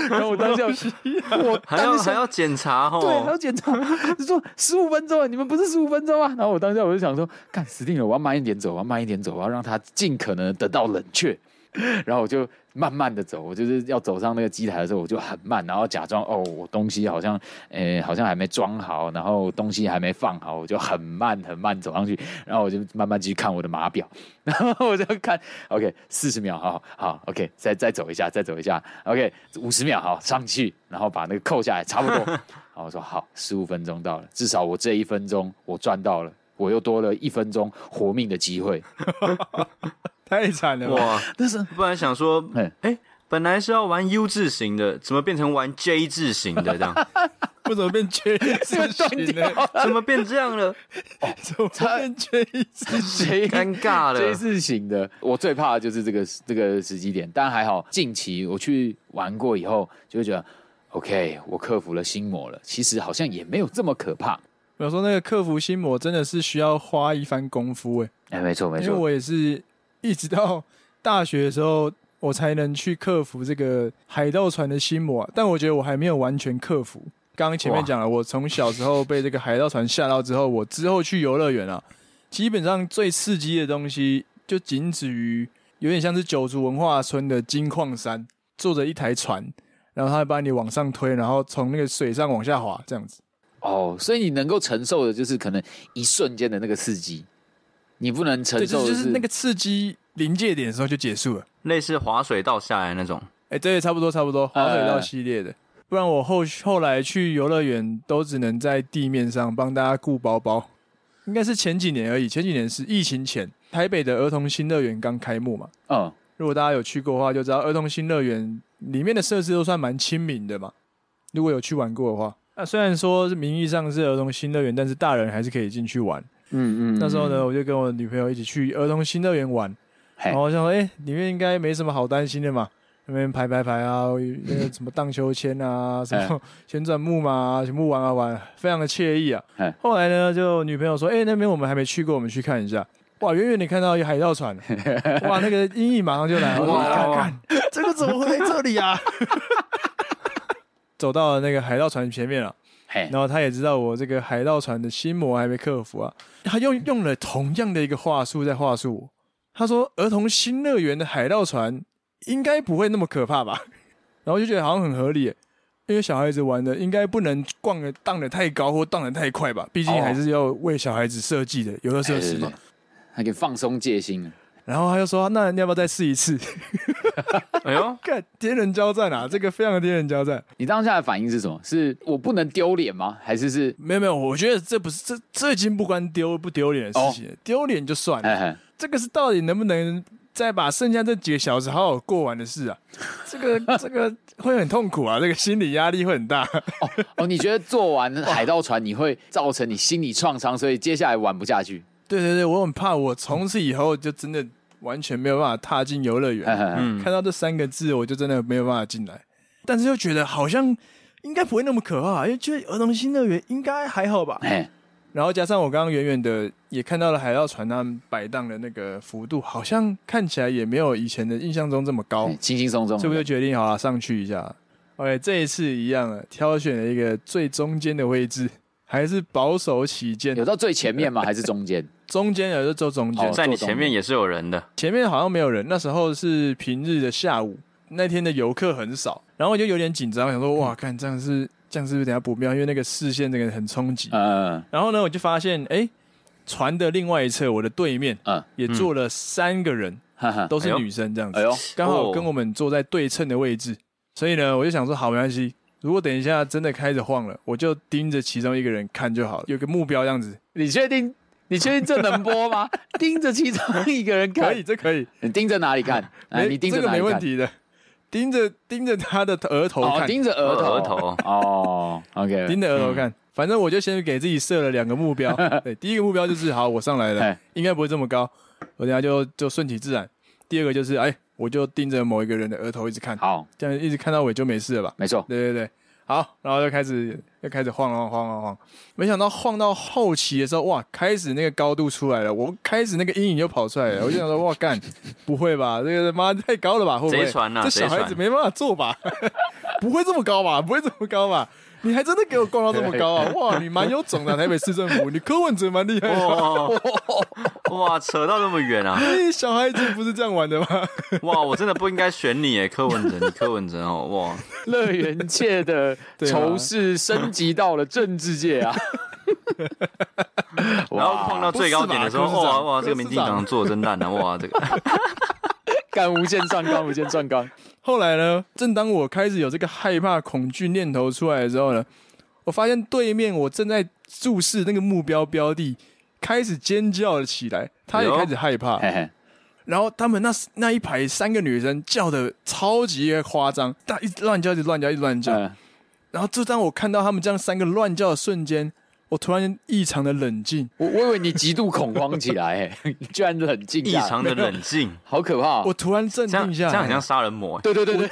[SPEAKER 1] 然后我当时我
[SPEAKER 3] 还要
[SPEAKER 1] 当时
[SPEAKER 3] 还要检查哦。
[SPEAKER 1] 对，还要检查。就 说十五分钟啊了，你们不是十五分钟啊吗？然后我当下我就想说，干死定了，我要慢一点走，我要慢一点走，我要让他尽可能得到冷却。 然后我就慢慢的走，我就是要走上那个机台的时候，我就很慢，然后假装哦，我东西好像，诶，好像还没装好，然后东西还没放好，我就很慢很慢走上去，然后我就慢慢继续看我的码表， 然后我就看，OK，四十秒，好好，OK，再再走一下，再走一下，OK，五十秒，好，上去，然后把那个扣下来，差不多，然后我说好，十五分钟到了，至少我这一分钟我赚到了。我又多了一分钟活命的机 会，
[SPEAKER 2] 太惨了吧！
[SPEAKER 3] 哇，
[SPEAKER 1] 但是
[SPEAKER 3] 不然想说
[SPEAKER 1] 嘿，
[SPEAKER 3] 哎，本来是要玩 U 字型的，怎么变成玩 J 字型的这样？
[SPEAKER 2] 为什么变缺一次型呢？
[SPEAKER 3] 怎么变这样了？
[SPEAKER 2] 怎么变缺一次型？
[SPEAKER 1] 谁
[SPEAKER 3] 尴尬
[SPEAKER 1] 这一
[SPEAKER 3] 了。
[SPEAKER 1] 次型的，我最怕的就是这个这个时机点，但还好近期我去玩过以后，就会觉得 OK，我克服了心魔了，其实好像也没有这么可怕。
[SPEAKER 2] 我说那个克服心魔真的是需要花一番功夫哎、
[SPEAKER 1] 哎，没错没
[SPEAKER 2] 因为，我也是一直到大学的时候，我才能去克服这个海盗船的心魔啊、但我觉得我还没有完全克服。刚刚前面讲了，我从小时候被这个海盗船吓到之后，我之后去游乐园啊，基本上最刺激的东西就仅止于有点像是九族文化村的金矿山，坐着一台船，然后它会把你往上推，然后从那个水上往下滑这样子。
[SPEAKER 1] 哦，所以你能够承受的就是可能一瞬间的那个刺激，你不能承
[SPEAKER 2] 对，
[SPEAKER 1] 受
[SPEAKER 2] 就
[SPEAKER 1] 的
[SPEAKER 2] 就是是那个刺激临界点的时候就结束了。
[SPEAKER 3] 类似滑水道下来那种，
[SPEAKER 2] 哎、对，差不多差不多，滑水道系列的。不然我后后来去游乐园都只能在地面上帮大家顾包包，应该是前几年而已。前几年是疫情前，台北的儿童新乐园刚开幕嘛。
[SPEAKER 1] 嗯，
[SPEAKER 2] 如果大家有去过的话，就知道儿童新乐园里面的设施都算蛮亲民的嘛。如果有去玩过的话，那、虽然说是名义上是儿童新乐园，但是大人还是可以进去玩。
[SPEAKER 1] 嗯嗯
[SPEAKER 2] 那时候呢，我就跟我女朋友一起去儿童新乐园玩。
[SPEAKER 1] 嘿
[SPEAKER 2] 然后我想说，哎、里面应该没什么好担心的嘛，那边排排排啊，那 个什么荡秋千啊，什么旋转木马啊，全部玩啊玩，非常的惬意啊
[SPEAKER 1] 哎。
[SPEAKER 2] 后来呢，就女朋友说，哎、那边我们还没去过，我们去看一下。哇，远远你看到一海盗船， 哇，那个阴影马上就来
[SPEAKER 1] 嗯
[SPEAKER 2] 了。哇，看看这个怎么会在这里啊？ 走到了那个海盗船前面啊了、
[SPEAKER 1] 嘿
[SPEAKER 2] 然后他也知道我这个海盗船的心魔还没克服啊，他用用了同样的一个话术在话术我。他说儿童新乐园的海盗船应该不会那么可怕吧？ 然后我就觉得好像很合理耶，因为小孩子玩的应该不能逛的荡的太高或荡的太快吧，毕竟
[SPEAKER 1] 哦
[SPEAKER 2] 还是要为小孩子设计的游乐设施嘛。，
[SPEAKER 1] 还可以放松戒心。啊
[SPEAKER 2] 然后他就说，那你要不要再试一次？
[SPEAKER 3] 哎呦，
[SPEAKER 2] 看天人交战啊，这个非常的天人交战。
[SPEAKER 1] 你当下的反应是什么？是我不能丢脸吗？还是是？
[SPEAKER 2] 没有没有，我觉得这不是这这已经不关丢不丢脸的事情了，哦丢脸就算了
[SPEAKER 1] 嘿。 嘿
[SPEAKER 2] 这个是到底能不能再把剩下这几个小时好好过完的事啊？这个这个会很痛苦啊，这个心理压力会很大。
[SPEAKER 1] 哦，你觉得做完海盗船，你会造成你心理创伤，所以接下来玩不下去。
[SPEAKER 2] 对对对，我很怕，我从此以后就真的完全没有办法踏进游乐园。
[SPEAKER 1] 嗯，
[SPEAKER 3] 嗯
[SPEAKER 2] 看，到这三个字，我就真的没有办法进来。但是又觉得好像应该不会那么可怕，因为觉得儿童新乐园应该还好吧。
[SPEAKER 1] 哎，
[SPEAKER 2] 然后加上我刚刚远远的也看到了海盗船他们摆荡的那个幅度，好像看起来也没有以前的印象中这么高
[SPEAKER 1] 哎。轻轻松松的，
[SPEAKER 2] 所以我就决定好了，上去一下。OK，这一次一样了，挑选了一个最中间的位置， 还是保守起见
[SPEAKER 1] 有，到最前面吗？还是中 间？
[SPEAKER 2] 中间有就坐中间
[SPEAKER 1] 哦，
[SPEAKER 3] 在你前面也是有人的，
[SPEAKER 2] 前面好像没有人。那时候是平日的下午，那天的游客很少，然后我就有点紧张，想说哇，
[SPEAKER 1] 嗯
[SPEAKER 2] 看这样是这样是不是等下不妙？因为那个视线这个很冲击。
[SPEAKER 1] 嗯
[SPEAKER 2] 然后呢，我就发现哎、船的另外一侧，我的对面
[SPEAKER 1] 嗯，
[SPEAKER 2] 也坐了三个人，
[SPEAKER 1] 哈哈，
[SPEAKER 2] 都是
[SPEAKER 3] 哎呦
[SPEAKER 2] 女生这样子
[SPEAKER 1] 哎。呦，
[SPEAKER 2] 刚好跟
[SPEAKER 3] 哦
[SPEAKER 2] 我们坐在对称的位置，所以呢，我就想说，好，没关系。如果等一下真的开始晃了，我就盯着其中一个人看就好了，有个目标这样子，
[SPEAKER 1] 你确定？你确定这能播 吗？盯着其中一个人
[SPEAKER 2] 可
[SPEAKER 1] 看
[SPEAKER 2] 以，，这可以，
[SPEAKER 1] 你盯着哪里看？哎，
[SPEAKER 2] 没
[SPEAKER 1] 你盯着
[SPEAKER 2] 这个
[SPEAKER 1] 哪
[SPEAKER 2] 没
[SPEAKER 1] 里
[SPEAKER 2] 问
[SPEAKER 1] 看？
[SPEAKER 2] 题的，盯着盯着他的额头
[SPEAKER 1] 哦，
[SPEAKER 2] 看，
[SPEAKER 1] 盯着额头，
[SPEAKER 3] 额头
[SPEAKER 1] 哦，OK，
[SPEAKER 2] 盯着
[SPEAKER 3] 嗯
[SPEAKER 2] 额头看，反正我就先给自己设了两个 目标，对，第一个目标就是好，我上来了
[SPEAKER 1] 哎，
[SPEAKER 2] 应该不会这么高，我等一下就就顺其自然。第二个就是哎，我就盯着某一个人的额头一直看，
[SPEAKER 1] 好，
[SPEAKER 2] 这样一直看到尾就没事了吧？
[SPEAKER 1] 没错，
[SPEAKER 2] 对对对，好，然后就开始又开始晃晃晃晃晃，没想到晃到后期的时候，哇，开始那个高度出来了，我开始那个阴影就跑出来了，我就想说，哇干，不会吧，这个妈太高了吧，会不会？
[SPEAKER 3] 贼船呐
[SPEAKER 2] 这
[SPEAKER 3] 贼
[SPEAKER 2] 小孩
[SPEAKER 3] 船
[SPEAKER 2] 子没办法做吧？不会这么高吧？不会这么高吧？你还真的给我逛到这么高啊！哇，你蛮有种的、台北市政府，你柯文哲蛮厉
[SPEAKER 3] 哦
[SPEAKER 2] 害的。
[SPEAKER 3] 哇哇，扯到那么远啊！
[SPEAKER 2] 哎小孩子不是这样玩的吗？
[SPEAKER 3] 哇，我真的不应该选你诶，柯文哲，你柯文哲哦，哇，
[SPEAKER 1] 乐园界的
[SPEAKER 2] 对啊
[SPEAKER 1] 仇视升级到了政治界啊！
[SPEAKER 3] 然后
[SPEAKER 1] 哇
[SPEAKER 3] 碰到最高点的时候，
[SPEAKER 2] 不是吧
[SPEAKER 3] 哇
[SPEAKER 2] 柯市长
[SPEAKER 3] 哇，这个民进党做的真烂啊！哇，这个
[SPEAKER 1] 干无限上纲，无限上 纲，
[SPEAKER 2] 后来呢，正当我开始有这个害怕、恐惧念头出来的时候呢，我发现对面我正在注视那个目标标的，开始尖叫了起来，他也
[SPEAKER 3] 哎呦
[SPEAKER 2] 开始 害怕。
[SPEAKER 1] 嘿嘿，
[SPEAKER 2] 然后他们那那一排三个女生叫的超级夸张，大一直乱叫，一直乱叫，一直乱叫。
[SPEAKER 1] 嗯，
[SPEAKER 2] 然后就当我看到他们这样三个乱叫的瞬间，我突然异常的冷静。
[SPEAKER 1] 我我以为你极度恐慌起来，嘿 你居然冷静
[SPEAKER 3] 异
[SPEAKER 1] 下来，
[SPEAKER 3] 常的冷静，
[SPEAKER 1] 好可怕
[SPEAKER 2] 我
[SPEAKER 1] 哦！
[SPEAKER 2] 突然镇
[SPEAKER 3] 这样
[SPEAKER 2] 定
[SPEAKER 3] 这
[SPEAKER 2] 下来，
[SPEAKER 3] 样很像杀人魔，欸
[SPEAKER 1] 对对对对，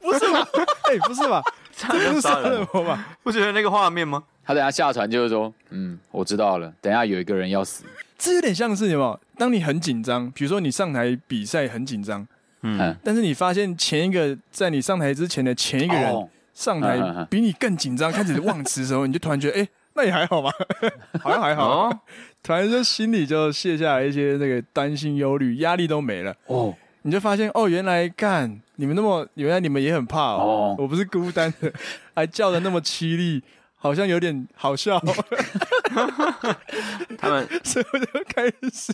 [SPEAKER 2] 不是吧？哎、不是吧？
[SPEAKER 3] 这
[SPEAKER 2] 这不
[SPEAKER 3] 样很像
[SPEAKER 2] 是
[SPEAKER 3] 杀
[SPEAKER 2] 杀
[SPEAKER 3] 人
[SPEAKER 2] 人
[SPEAKER 3] 魔，
[SPEAKER 2] 魔吧？
[SPEAKER 3] 不觉得那个画面吗？
[SPEAKER 1] 他等一下下船就是说，嗯，我知道了，等一下有一个人要死，
[SPEAKER 2] 这有点像是有没有？当你很紧张，比如说你上台比赛很紧张，
[SPEAKER 1] 嗯
[SPEAKER 3] 嗯，
[SPEAKER 2] 但是你发现前一个在你上台之前的前一个人
[SPEAKER 1] 哦
[SPEAKER 2] 上
[SPEAKER 1] 嗯嗯
[SPEAKER 2] 台
[SPEAKER 1] 嗯
[SPEAKER 2] 比你更紧张，开始忘词的时候，你就突然觉得，哎、那也还好吧，好像还好，
[SPEAKER 3] 哦，
[SPEAKER 2] 突然就心里就卸下来一些那个担心、忧虑、压力都没了。
[SPEAKER 1] 哦，
[SPEAKER 2] 你就发现哦，原来干你们那么，原来你们也很怕哦，
[SPEAKER 1] 哦
[SPEAKER 2] 我不是孤单的，还叫的那么凄厉，好像有点好笑，
[SPEAKER 3] 他们
[SPEAKER 2] 所以我就开始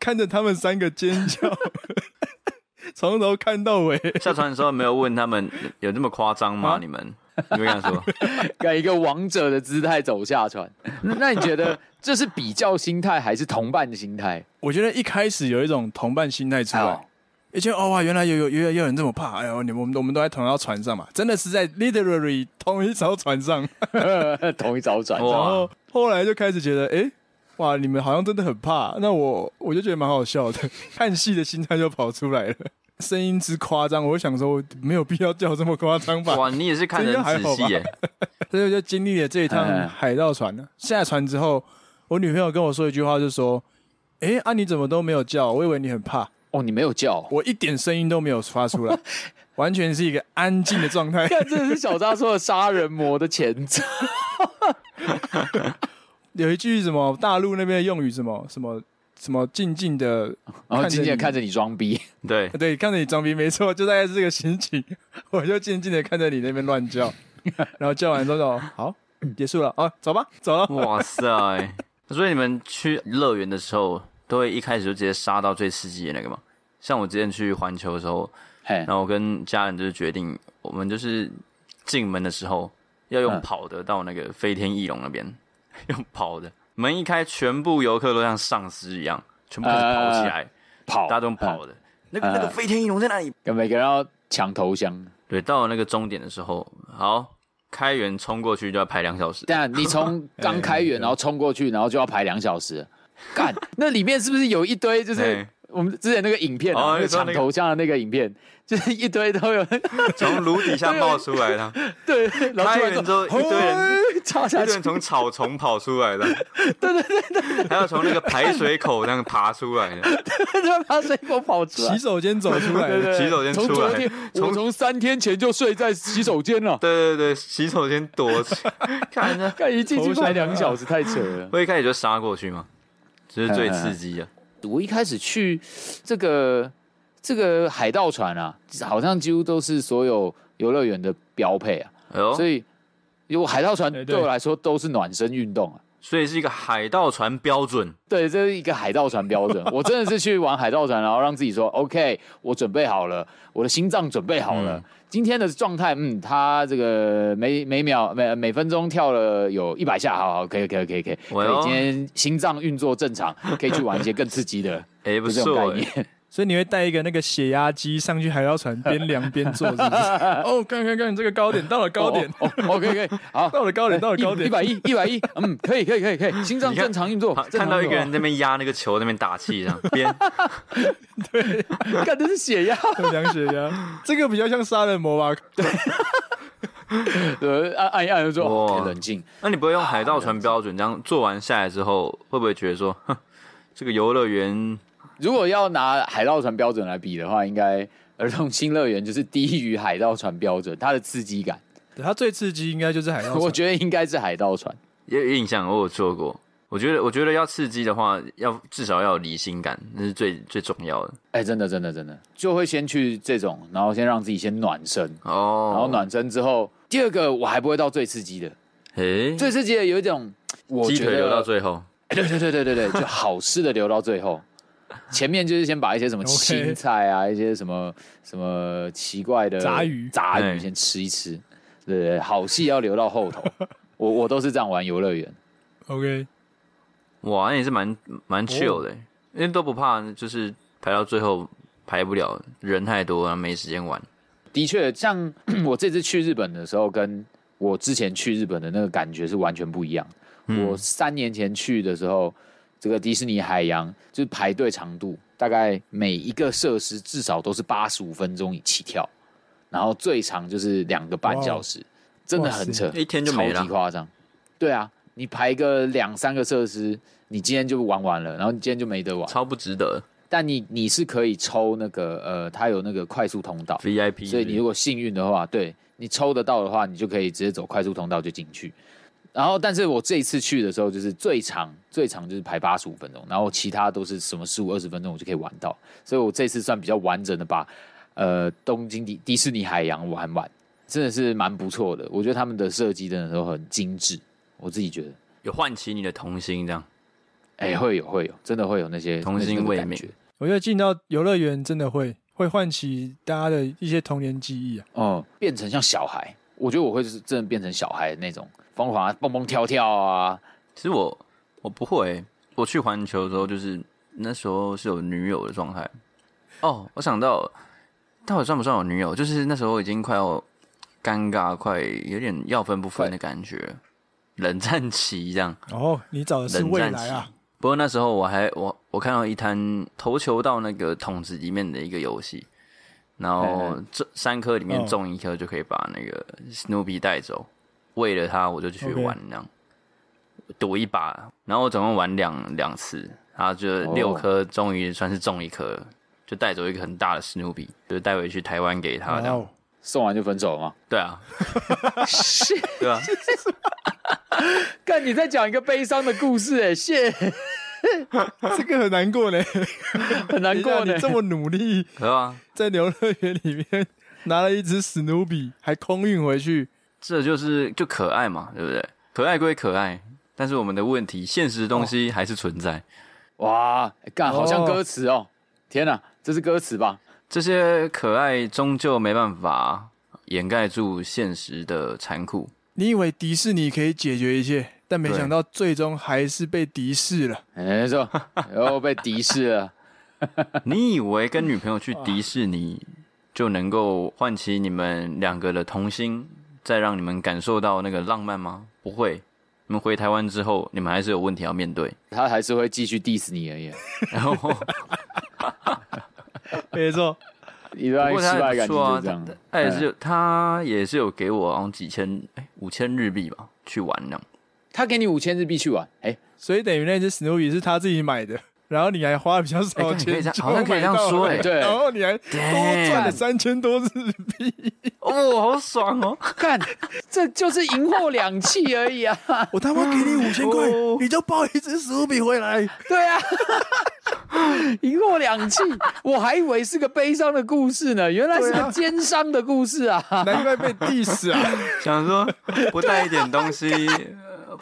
[SPEAKER 2] 看着他们三个尖叫， 从头看到尾。
[SPEAKER 3] 下船的时候没有问他们有这么夸张吗？
[SPEAKER 2] 啊
[SPEAKER 3] 你们，你们跟他说，
[SPEAKER 1] 跟一个王者的姿态走下船。那那你觉得这是比较心态还是同伴的心态？
[SPEAKER 2] 我觉得一开始有一种同伴心态出
[SPEAKER 1] 哦
[SPEAKER 2] 来，而且哦哇，原来有有有有人这么怕，哎呦，你们我们我们都在同一条船上嘛，真的是在 literally 同一条船上。
[SPEAKER 1] 同一艘船，
[SPEAKER 3] 哇
[SPEAKER 2] 然后后来就开始觉得，哎、哇，你们好像真的很怕。那我我就觉得蛮好笑的，看戏的心态就跑出来了，声音之夸张，我就想说没有必要叫这么夸张吧。
[SPEAKER 3] 哇，你也是看得很仔细耶，
[SPEAKER 2] 所以我就经历了这一趟
[SPEAKER 1] 哎哎
[SPEAKER 2] 海盗船呢。下船之后，我女朋友跟我说一句话，就说。哎、啊！你怎么都没有叫？我以为你很怕，
[SPEAKER 1] 哦，你没有叫，
[SPEAKER 2] 我一点声音都没有发出 来，完全是一个安静的状态。
[SPEAKER 1] 看这是小扎说的杀人魔的前兆。
[SPEAKER 2] 有一句什么大陆那边的用语，什么什么什么静 静的
[SPEAKER 1] 然后今天
[SPEAKER 2] 看
[SPEAKER 1] 看
[SPEAKER 2] 着你
[SPEAKER 1] 着你装逼，
[SPEAKER 3] 对，
[SPEAKER 2] 对，看着你装逼，没错，就大概是这个心情。 我就静静的看着你那边乱 叫，然后叫完之后，好，结束了啊，走吧，走 了。
[SPEAKER 3] 哇塞！所以你们去乐园的时候，都会一开始就直接杀到最刺激的那个吗？像我之前去环球的时候，
[SPEAKER 1] 嘿
[SPEAKER 3] 然，后我跟家人就是决定，我们就是进门的时候要用
[SPEAKER 1] 嗯
[SPEAKER 3] 跑的到那个飞天翼龙那边， 用跑的。门一开，全部游客都像丧尸一样，全部开始跑起来，
[SPEAKER 1] 呃跑，
[SPEAKER 3] 大家都用跑
[SPEAKER 1] 嗯，
[SPEAKER 3] 的。那个那个
[SPEAKER 1] 嗯
[SPEAKER 3] 飞天翼龙在哪里？
[SPEAKER 1] 跟每个人要抢头 香。
[SPEAKER 3] 对，到了那个终点的时候，好，开园冲过去就要排两小时。
[SPEAKER 1] 但啊你从刚开
[SPEAKER 2] 哎
[SPEAKER 1] 园，然后冲过去，然后就要排两小时，干，那里面是不是有一堆就是
[SPEAKER 3] 哎？
[SPEAKER 1] 我们之前那个影片
[SPEAKER 3] 哦
[SPEAKER 1] 啊，那
[SPEAKER 3] 你
[SPEAKER 1] 个
[SPEAKER 3] 说
[SPEAKER 1] 抢
[SPEAKER 3] 那个
[SPEAKER 1] 头香的那个影片，就是一堆都有，
[SPEAKER 3] 从炉底下冒出来的，
[SPEAKER 1] 对，然后
[SPEAKER 3] 开
[SPEAKER 1] 突然
[SPEAKER 3] 园之
[SPEAKER 1] 说
[SPEAKER 3] 后一堆人。
[SPEAKER 1] 插
[SPEAKER 3] 有
[SPEAKER 1] 下去
[SPEAKER 3] 点，从草丛跑出来的，对对对对，还有从那个排水口那样爬出来的，
[SPEAKER 1] 他把水果跑出来
[SPEAKER 2] 洗。手间走出来
[SPEAKER 1] 对
[SPEAKER 2] 了，
[SPEAKER 1] 对
[SPEAKER 3] 洗手间
[SPEAKER 1] 从
[SPEAKER 3] 出
[SPEAKER 1] 昨
[SPEAKER 3] 来
[SPEAKER 1] 天，
[SPEAKER 3] 从，
[SPEAKER 1] 我从三天前就睡在洗手间了
[SPEAKER 3] 对对对，洗手间躲起， 看人家，
[SPEAKER 1] 看一进去
[SPEAKER 2] 头上
[SPEAKER 1] 排两小时，太扯了。
[SPEAKER 3] 我一开始就杀过去嘛，这是
[SPEAKER 1] 嗯
[SPEAKER 3] 最刺激的。
[SPEAKER 1] 我一开始去这个这个海盗船啊，好像几乎都是所有游乐园的标配啊，
[SPEAKER 3] 哎呦，所
[SPEAKER 1] 所
[SPEAKER 3] 以
[SPEAKER 1] 以有海盗船
[SPEAKER 2] 哎对
[SPEAKER 1] 对我来说都是暖身运动啊。
[SPEAKER 3] 是一个海盗船标准，
[SPEAKER 1] 对，这是一个海盗船标 准。我真的是去玩海盗船，然后让自己说，OK，我准备好了，我的心脏准备好了。
[SPEAKER 3] 嗯
[SPEAKER 1] 今天的状态，嗯，他这个每每秒每每分钟跳了有一百下，好好，可以，可以，可以，可以，
[SPEAKER 3] 喂
[SPEAKER 1] 可
[SPEAKER 3] 哦
[SPEAKER 1] 以。今天心脏运作正常，可以去玩一些更刺激的，
[SPEAKER 3] 哎、 不
[SPEAKER 1] 就这种概
[SPEAKER 3] 错、
[SPEAKER 1] 念
[SPEAKER 3] 哎。
[SPEAKER 2] 所以你会带一个那个血压机上去海盗船，边量边做，是不是？ 哦，看看看，这个高点到了高点，
[SPEAKER 1] 哦哦，OK，可以， 好，
[SPEAKER 2] 到了高点，到了高
[SPEAKER 1] 一
[SPEAKER 2] 点，
[SPEAKER 1] 百一，一百一，嗯，可以，可以，可以，可以，心脏
[SPEAKER 3] 你看
[SPEAKER 1] 正常运作
[SPEAKER 3] 好，
[SPEAKER 1] 正
[SPEAKER 3] 看
[SPEAKER 1] 常
[SPEAKER 3] 到一
[SPEAKER 1] 运
[SPEAKER 3] 个
[SPEAKER 1] 作
[SPEAKER 3] 人在那边压那个球，在那边打气，这样 边
[SPEAKER 1] 干的是血 压，
[SPEAKER 2] 量血压，这个比较像杀人魔吧？
[SPEAKER 1] 对，按按一按就说，
[SPEAKER 3] 哇
[SPEAKER 1] 哦可以冷静，
[SPEAKER 3] 那你不会用海盗船标准这样做完下来之后，会不会觉得说， 哼，这个游乐园
[SPEAKER 1] 如果要拿海盗船标准来比的话，应该儿童新乐园就是低于海盗船标准，它的刺激感。
[SPEAKER 2] 它最刺激应该就是海盗船。
[SPEAKER 1] 我觉得应该是海盗船。
[SPEAKER 3] 有有印象，我有做过。我觉得，我觉得要刺激的话，要至少要有离心感，那是最最重要的。
[SPEAKER 1] 哎、真的真的真的，就会先去这种，然后先让自己先暖身，
[SPEAKER 3] 哦，
[SPEAKER 1] 然后？暖身之后，第二个我还不会到最刺激的，
[SPEAKER 3] 诶，
[SPEAKER 1] 最刺激的有一种，我
[SPEAKER 3] 鸡
[SPEAKER 1] 觉
[SPEAKER 3] 腿
[SPEAKER 1] 得
[SPEAKER 3] 留到最后。
[SPEAKER 1] 哎对对对对对对，就好吃的留到最后。前面就是先把一些什么
[SPEAKER 2] OK
[SPEAKER 1] 青菜啊，一些什么什么奇怪的
[SPEAKER 2] 杂鱼
[SPEAKER 1] 杂
[SPEAKER 3] 哎
[SPEAKER 1] 鱼先吃一吃，对对对，好戏要留到后头。我我都是这样玩游乐园，
[SPEAKER 2] OK，
[SPEAKER 3] 哇，那也是蛮蛮
[SPEAKER 1] 哦
[SPEAKER 3] chill 的，欸因为都不怕，就是排到最后排不了，人太多，然后没时间玩。
[SPEAKER 1] 的确，像 我这次去日本的时候，跟我之前去日本的那个感觉是完全不一样的。我三年前去的时候，这个迪士尼海洋就是排队长度，大概每一个设施至少都是八十五分钟起跳，然后最长就是两个半小时，真的很扯
[SPEAKER 2] 哇，
[SPEAKER 3] 一天就没了
[SPEAKER 1] 超级夸张。对啊，你排个两三个设施，你今天就玩完了，然后你今天就没得玩。
[SPEAKER 3] 超不值得
[SPEAKER 1] 但你你是可以抽那个呃，它有那个快速通道，
[SPEAKER 3] ，VIP
[SPEAKER 1] 所以你如果幸运的话，对你抽得到的话，你就可以直接走快速通道就进去。然后，但是我这一次去的时候，就是最长最长就是排八十五分钟，然后其他都是什么十五二十分钟我就可以玩到，所以我这次算比较完整的把呃东京迪迪士尼海洋玩完，真的是蛮不错的。我觉得他们的设计真的都很精致，我自己觉得，
[SPEAKER 3] 有唤起你的童心，这样
[SPEAKER 1] 哎，会有会有，真的会有那些
[SPEAKER 3] 童心
[SPEAKER 1] 那那个
[SPEAKER 3] 未
[SPEAKER 1] 感
[SPEAKER 3] 泯
[SPEAKER 1] 觉
[SPEAKER 2] 我觉得进到游乐园真的会会唤起大家的一些童年记忆啊。
[SPEAKER 1] 哦、变成像小孩，我觉得我会是真的变成小孩的那种疯狂啊蹦蹦跳跳啊，
[SPEAKER 3] 其实我我不会欸、我去环球的时候，就是那时候是有女友的状态。哦，我想到，到底算不算有女友？就是那时候已经快要尴尬，快有点要分不分的感觉，冷战期这样。
[SPEAKER 2] 哦，你找的是
[SPEAKER 3] 冷
[SPEAKER 2] 未
[SPEAKER 3] 战
[SPEAKER 2] 来啊
[SPEAKER 3] 期？不过那时候我还我我看到一摊投球到那个桶子里面的一个游戏，然
[SPEAKER 1] 嘿
[SPEAKER 3] 后
[SPEAKER 1] 嘿
[SPEAKER 3] 这三颗里面
[SPEAKER 2] 嗯
[SPEAKER 3] 中一颗就可以把那个史努比带走。为了它，我就去
[SPEAKER 2] OK
[SPEAKER 3] 玩那样赌一把，然后我总共玩两两次，然后就六颗，终于算是中一颗了，就带走一个很大的史努比，就带回去台湾给他这样。
[SPEAKER 2] 哦，
[SPEAKER 1] 送完就分手了吗？
[SPEAKER 3] 对啊，
[SPEAKER 1] 是，
[SPEAKER 3] 对啊，
[SPEAKER 1] 看你在讲一个悲伤的故事、哎，谢，
[SPEAKER 2] 这个很难 过呢。
[SPEAKER 1] 很难过
[SPEAKER 2] 等一下
[SPEAKER 1] 呢
[SPEAKER 2] 你。这么努力
[SPEAKER 3] 对啊，
[SPEAKER 2] 在游乐园里面拿了一只史努比，还空运回去，
[SPEAKER 3] 这就是就可爱嘛，对不对？可爱归可爱，但是我们的问题，现实的东西还是存在。
[SPEAKER 1] 哇，哎干、好像
[SPEAKER 2] 哦
[SPEAKER 1] 歌词哦！天哪、这是歌词吧？
[SPEAKER 3] 这些可爱终究没办法掩盖住现实的残酷。
[SPEAKER 2] 你以为迪士尼可以解决一切，但没
[SPEAKER 3] 对
[SPEAKER 2] 想到最终还是被敌视了。
[SPEAKER 1] 哎、说又被敌视了。
[SPEAKER 3] 你以为跟女朋友去迪士尼就能够唤起你们两个的童心，再让你们感受到那个浪漫吗？不会，你们回台湾之后，你们还是有问题要面对。
[SPEAKER 1] 他还是会继续 diss 你而已，
[SPEAKER 3] 然后，
[SPEAKER 2] 没错，
[SPEAKER 1] 一
[SPEAKER 3] 不
[SPEAKER 1] 段
[SPEAKER 3] 过
[SPEAKER 1] 失
[SPEAKER 3] 他
[SPEAKER 1] 败
[SPEAKER 3] 也
[SPEAKER 1] 感
[SPEAKER 3] 不
[SPEAKER 1] 情
[SPEAKER 3] 错
[SPEAKER 1] 就
[SPEAKER 3] 啊
[SPEAKER 1] 这样。，
[SPEAKER 3] 他也是有他也是有给我好像几千哎五千日币吧去玩呢。
[SPEAKER 1] 他给你五千日币去玩，哎、
[SPEAKER 2] 所以等于那只史努比是他自己买的，然后你还花比较少
[SPEAKER 3] 哎看你可以
[SPEAKER 2] 钱
[SPEAKER 3] 这样
[SPEAKER 2] 就
[SPEAKER 3] 好像可以
[SPEAKER 2] 买到
[SPEAKER 3] 这样说
[SPEAKER 2] 了
[SPEAKER 3] 哎
[SPEAKER 1] 对
[SPEAKER 2] 然后你还多赚了
[SPEAKER 3] Damn
[SPEAKER 2] 三千多日币。
[SPEAKER 3] 哦，好爽哦！
[SPEAKER 1] 干，这就是赢货两气而已啊！
[SPEAKER 2] 我他妈给你五千块
[SPEAKER 3] 哦，
[SPEAKER 2] 你就抱一只史努比回来。
[SPEAKER 1] 对啊， 赢货两气，我还以为是个悲伤的故事呢，原来是
[SPEAKER 2] 对
[SPEAKER 1] 个
[SPEAKER 2] 啊
[SPEAKER 1] 奸商的故事啊！
[SPEAKER 2] 难怪被 diss 啊！
[SPEAKER 3] 想说不带一点东西，
[SPEAKER 1] 啊
[SPEAKER 3] 呃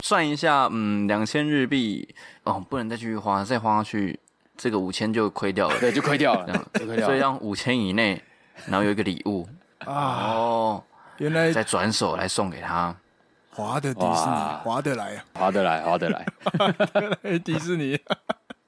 [SPEAKER 3] 算一下，嗯，两千日币哦，不能再继续花，再花下去这个五千就亏掉了，
[SPEAKER 1] 对，就亏掉
[SPEAKER 3] 这
[SPEAKER 1] 了
[SPEAKER 3] 样，
[SPEAKER 1] 就亏掉
[SPEAKER 3] 所以
[SPEAKER 1] 了。
[SPEAKER 3] 让五千以内，然后有一个礼物
[SPEAKER 2] 啊，
[SPEAKER 3] 哦，
[SPEAKER 2] 原来
[SPEAKER 3] 再转手来送给他。
[SPEAKER 2] 划得迪士尼
[SPEAKER 1] 哇，
[SPEAKER 2] 划得 来啊，
[SPEAKER 1] 划得来，划得来。
[SPEAKER 2] 原来迪士尼。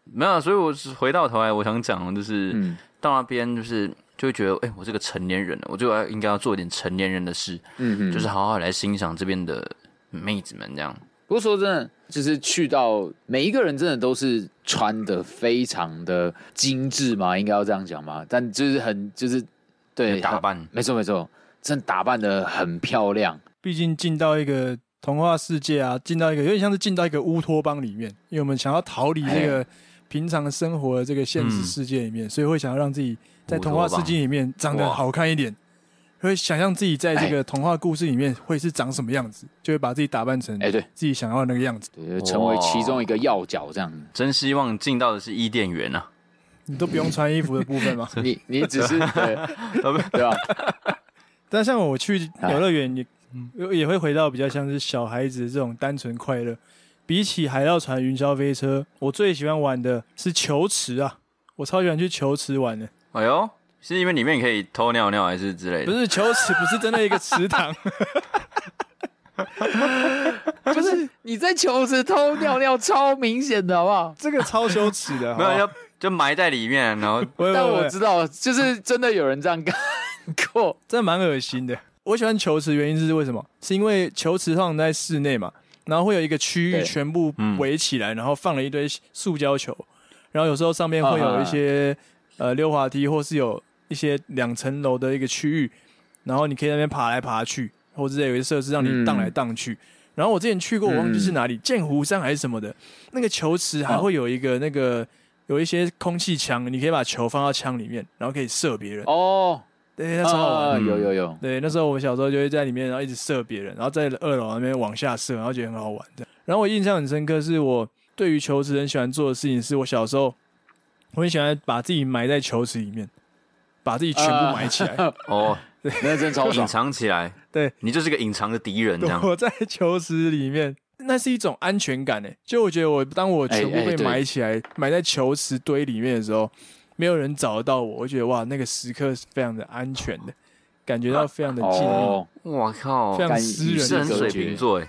[SPEAKER 3] 没有啊，所以我是回到头来，我想讲的就是、
[SPEAKER 1] 嗯
[SPEAKER 3] 到那边就是。就会觉得，哎、我这个成年人了，我就要应该要做一点成年人的事，
[SPEAKER 1] 嗯嗯。
[SPEAKER 3] 就是好好来欣赏这边的妹子们这样。
[SPEAKER 1] 不过说真的，就是去到每一个人真的都是穿的非常的精致嘛，应该要这样讲嘛。但就是很就是对
[SPEAKER 3] 打扮
[SPEAKER 1] 没错没错，真的打扮的很漂亮。
[SPEAKER 2] 毕竟进到一个童话世界啊，进到一个有点像是进到一个乌托邦里面，因为我们想要逃离这个平常生活的这个现实世界里面，所以会想要让自己在童话世界里面长得好看一点，会想象自己在这个童话故事里面会是长什么样子，就会把自己打扮成
[SPEAKER 1] 哎对
[SPEAKER 2] 自己想要的那个样子。
[SPEAKER 1] 对，就成为其中一个要角这样。
[SPEAKER 3] 真希望进到的是伊甸园啊！
[SPEAKER 2] 你都不用穿衣服的部分嘛。
[SPEAKER 1] 你你只是对对吧？
[SPEAKER 2] 但像我去游乐
[SPEAKER 3] 哎
[SPEAKER 2] 园也
[SPEAKER 3] 嗯
[SPEAKER 2] 也会回到比较像是小孩子这种单纯快乐。比起海盗船、云霄飞车，我最喜欢玩的是球池啊！我超喜欢去球池玩的，
[SPEAKER 3] 哎呦，是因为里面可以偷尿尿还是之类
[SPEAKER 2] 不
[SPEAKER 3] 的？
[SPEAKER 2] 是球池，不是真的一个池 塘，
[SPEAKER 1] 就是你在球池偷尿尿，超明显的好不好？
[SPEAKER 2] 这个超羞耻的。
[SPEAKER 3] 没
[SPEAKER 2] 好不
[SPEAKER 3] 有，
[SPEAKER 2] 好
[SPEAKER 3] 要就埋在里面，然后
[SPEAKER 2] 喂喂
[SPEAKER 1] 但
[SPEAKER 2] 喂
[SPEAKER 1] 我知道，就是真的有人这样干过。
[SPEAKER 2] 这蛮恶心的。我喜欢球池原因是为什么？是因为球池放在室内嘛，然后会有一个区域
[SPEAKER 1] 对
[SPEAKER 2] 全部围起来，然后放了一堆塑胶球，然后有时候上面会有一些、呃溜滑梯，或是有一些两层楼的一个区域，然后你可以在那边爬来爬去，或者有一些设施让你
[SPEAKER 1] 嗯
[SPEAKER 2] 荡来荡去。然后我之前去过，我忘记是哪里，剑湖山还是什么的，那个球池还会有一个那个有一些空气枪，你可以把球放到枪里面，然后可以射别人。
[SPEAKER 1] 哦，
[SPEAKER 2] 对，那超好玩的。
[SPEAKER 1] 啊
[SPEAKER 3] 嗯
[SPEAKER 1] 有有有，
[SPEAKER 2] 对，那时候我小时候就会在里面，然后一直射别人，然后在二楼那边往下射，然后觉得很好玩这样。然后我印象很深刻，是我对于球池很喜欢做的事情，是我小时候我很喜欢把自己埋在球池里面，把自己全部埋起来。
[SPEAKER 1] 呃
[SPEAKER 3] 哦
[SPEAKER 1] 那真超
[SPEAKER 3] 隐
[SPEAKER 1] 爽。
[SPEAKER 3] 藏起来。
[SPEAKER 2] 啊对，
[SPEAKER 3] 你就是个隐藏的敌人这 样。
[SPEAKER 2] 躲在球池里面，那是一种安全感诶、就我觉得我当我全部
[SPEAKER 1] 哎哎
[SPEAKER 2] 被
[SPEAKER 1] 对
[SPEAKER 2] 埋起来，埋在球池堆里面的时候，没有人找得到我，我觉得哇，那个时刻是非常的安全的，感觉到非常的静谧。
[SPEAKER 1] 哦，
[SPEAKER 3] 我靠，
[SPEAKER 2] 非常
[SPEAKER 1] 干
[SPEAKER 2] 私人
[SPEAKER 1] 与
[SPEAKER 3] 你
[SPEAKER 1] 世
[SPEAKER 3] 是很
[SPEAKER 1] 隔
[SPEAKER 3] 水
[SPEAKER 1] 绝
[SPEAKER 3] 瓶座哎，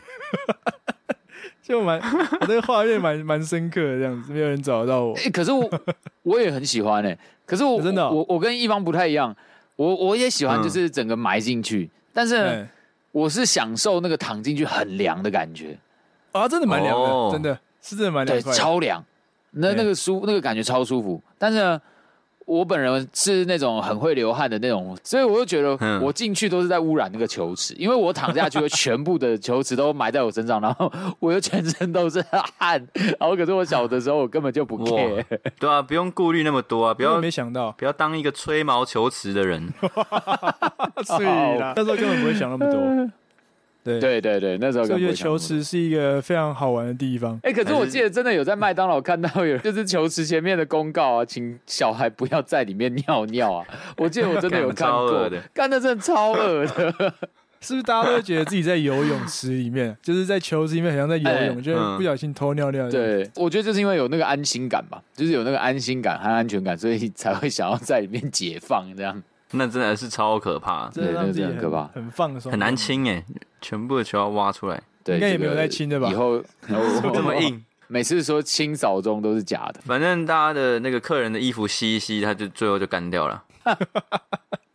[SPEAKER 2] 就蛮我那个画面蛮蛮深刻的这样子，没有人找得到我。
[SPEAKER 1] 哎、可是我我也很喜欢哎、可是我
[SPEAKER 2] 真的哦
[SPEAKER 1] 我我跟一方不太一样，我我也喜欢
[SPEAKER 3] 嗯
[SPEAKER 1] 就是整个埋进去，但是呢、
[SPEAKER 2] 嗯
[SPEAKER 1] 我是享受那个躺进去很凉的感觉，
[SPEAKER 2] 啊，真的蛮凉
[SPEAKER 3] 哦
[SPEAKER 2] 的，真的是真的蛮
[SPEAKER 1] 对
[SPEAKER 2] 凉，快的。
[SPEAKER 1] 超凉，那
[SPEAKER 2] 哎
[SPEAKER 1] 那个舒那个感觉超舒服，但是呢。我本人是那种很会流汗的那种，所以我就觉得
[SPEAKER 3] 嗯
[SPEAKER 1] 我进去都是在污染那个球池，因为我躺下去，会全部的球池都埋在我身上，然后我又全身都是汗，然后可是我小的时候我根本就不 care，
[SPEAKER 3] 对啊，不用顾虑那么多啊，不
[SPEAKER 2] 不要
[SPEAKER 3] 要
[SPEAKER 2] 没想到，
[SPEAKER 3] 不要当一个吹毛求疵 的人。
[SPEAKER 2] 所以啦，那时候根本不会想那 么多。对，
[SPEAKER 1] 对对对，那时候
[SPEAKER 2] 所以
[SPEAKER 1] 根
[SPEAKER 2] 我觉
[SPEAKER 1] 本
[SPEAKER 2] 得
[SPEAKER 1] 不想那
[SPEAKER 2] 球
[SPEAKER 1] 么多
[SPEAKER 2] 池是一个非常好玩的地方。
[SPEAKER 1] 哎、可是我记得真的有在麦当劳看到有人就是球池前面的公告啊，请小孩不要在里面尿尿啊。我记得我真的有看
[SPEAKER 3] 干超
[SPEAKER 1] 过
[SPEAKER 3] 恶的，
[SPEAKER 1] 干的真的超恶的。
[SPEAKER 2] 是不是大家都会觉得自己在游泳池里 面，就是在球池里面，好像在游泳，
[SPEAKER 1] 哎
[SPEAKER 2] 就会不小心偷尿尿？，
[SPEAKER 1] 对，我觉得就是因为有那个安心感吧，就是有那个安心感和安全感，所以才会想要在里面解放这样。
[SPEAKER 3] 那真的是超可怕，
[SPEAKER 2] 真的让自己
[SPEAKER 1] 对那个真的很可怕
[SPEAKER 2] 很放松，
[SPEAKER 3] 很难。清哎，全部的球要挖出来，
[SPEAKER 1] 对，
[SPEAKER 2] 应该也
[SPEAKER 1] 这个
[SPEAKER 2] 没有在亲的吧
[SPEAKER 1] 以 后
[SPEAKER 3] 这么，硬。
[SPEAKER 1] 每次说清扫中都是假的，
[SPEAKER 3] 反正大家的那个客人的衣服吸一吸，他就最后就干掉了，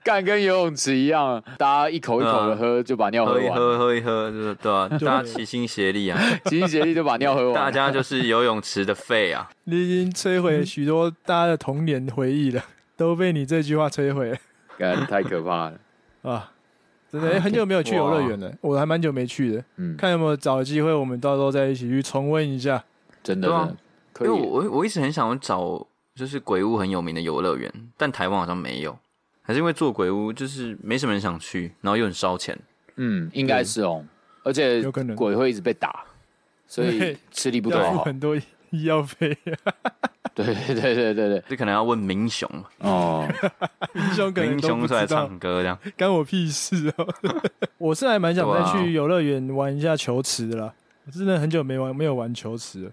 [SPEAKER 1] 干跟游泳池一样，大家一口一口
[SPEAKER 3] 对
[SPEAKER 1] 的
[SPEAKER 3] 啊
[SPEAKER 1] 喝就把尿喝
[SPEAKER 3] 喝一
[SPEAKER 1] 完，
[SPEAKER 3] 喝，喝一喝，对 对啊，大家齐心协力啊，
[SPEAKER 1] 齐心协力就把尿喝完。
[SPEAKER 3] 大家就是游泳池的肺啊，
[SPEAKER 2] 你已经摧毁了许多大家的童年回忆了，都被你这句话摧毁了。
[SPEAKER 1] 干太可怕了。
[SPEAKER 2] 啊，真的、欸、很久没有去游乐园了，我还蛮久没去的。
[SPEAKER 1] 嗯，
[SPEAKER 2] 看有没有找机会，我们到时候再一起去重温一下。
[SPEAKER 1] 真的，
[SPEAKER 3] 对啊
[SPEAKER 1] 真的可
[SPEAKER 3] 因
[SPEAKER 1] 以
[SPEAKER 3] 为我我我一直很想要找就是鬼屋很有名的游乐园，但台湾好像没有，还是因为做鬼屋就是没什么人想去，然后又很烧钱，
[SPEAKER 1] 嗯，应该是哦，而且
[SPEAKER 2] 有可能
[SPEAKER 1] 鬼会一直被打，所以
[SPEAKER 2] 对
[SPEAKER 1] 吃力不讨
[SPEAKER 2] 要付
[SPEAKER 1] 好。
[SPEAKER 2] 很多医药 费，
[SPEAKER 1] 对对对对对对，
[SPEAKER 3] 这可能要问明雄，
[SPEAKER 1] 哦，
[SPEAKER 2] 英雄可能
[SPEAKER 3] 明
[SPEAKER 2] 都
[SPEAKER 3] 雄
[SPEAKER 2] 不
[SPEAKER 3] 出来
[SPEAKER 2] 知道，
[SPEAKER 3] 唱歌这样，
[SPEAKER 2] 干我屁事 哦、我是还蛮想再
[SPEAKER 3] 对啊
[SPEAKER 2] 去游乐园玩一下球池的啦，我真的很久没玩，没有玩球池了，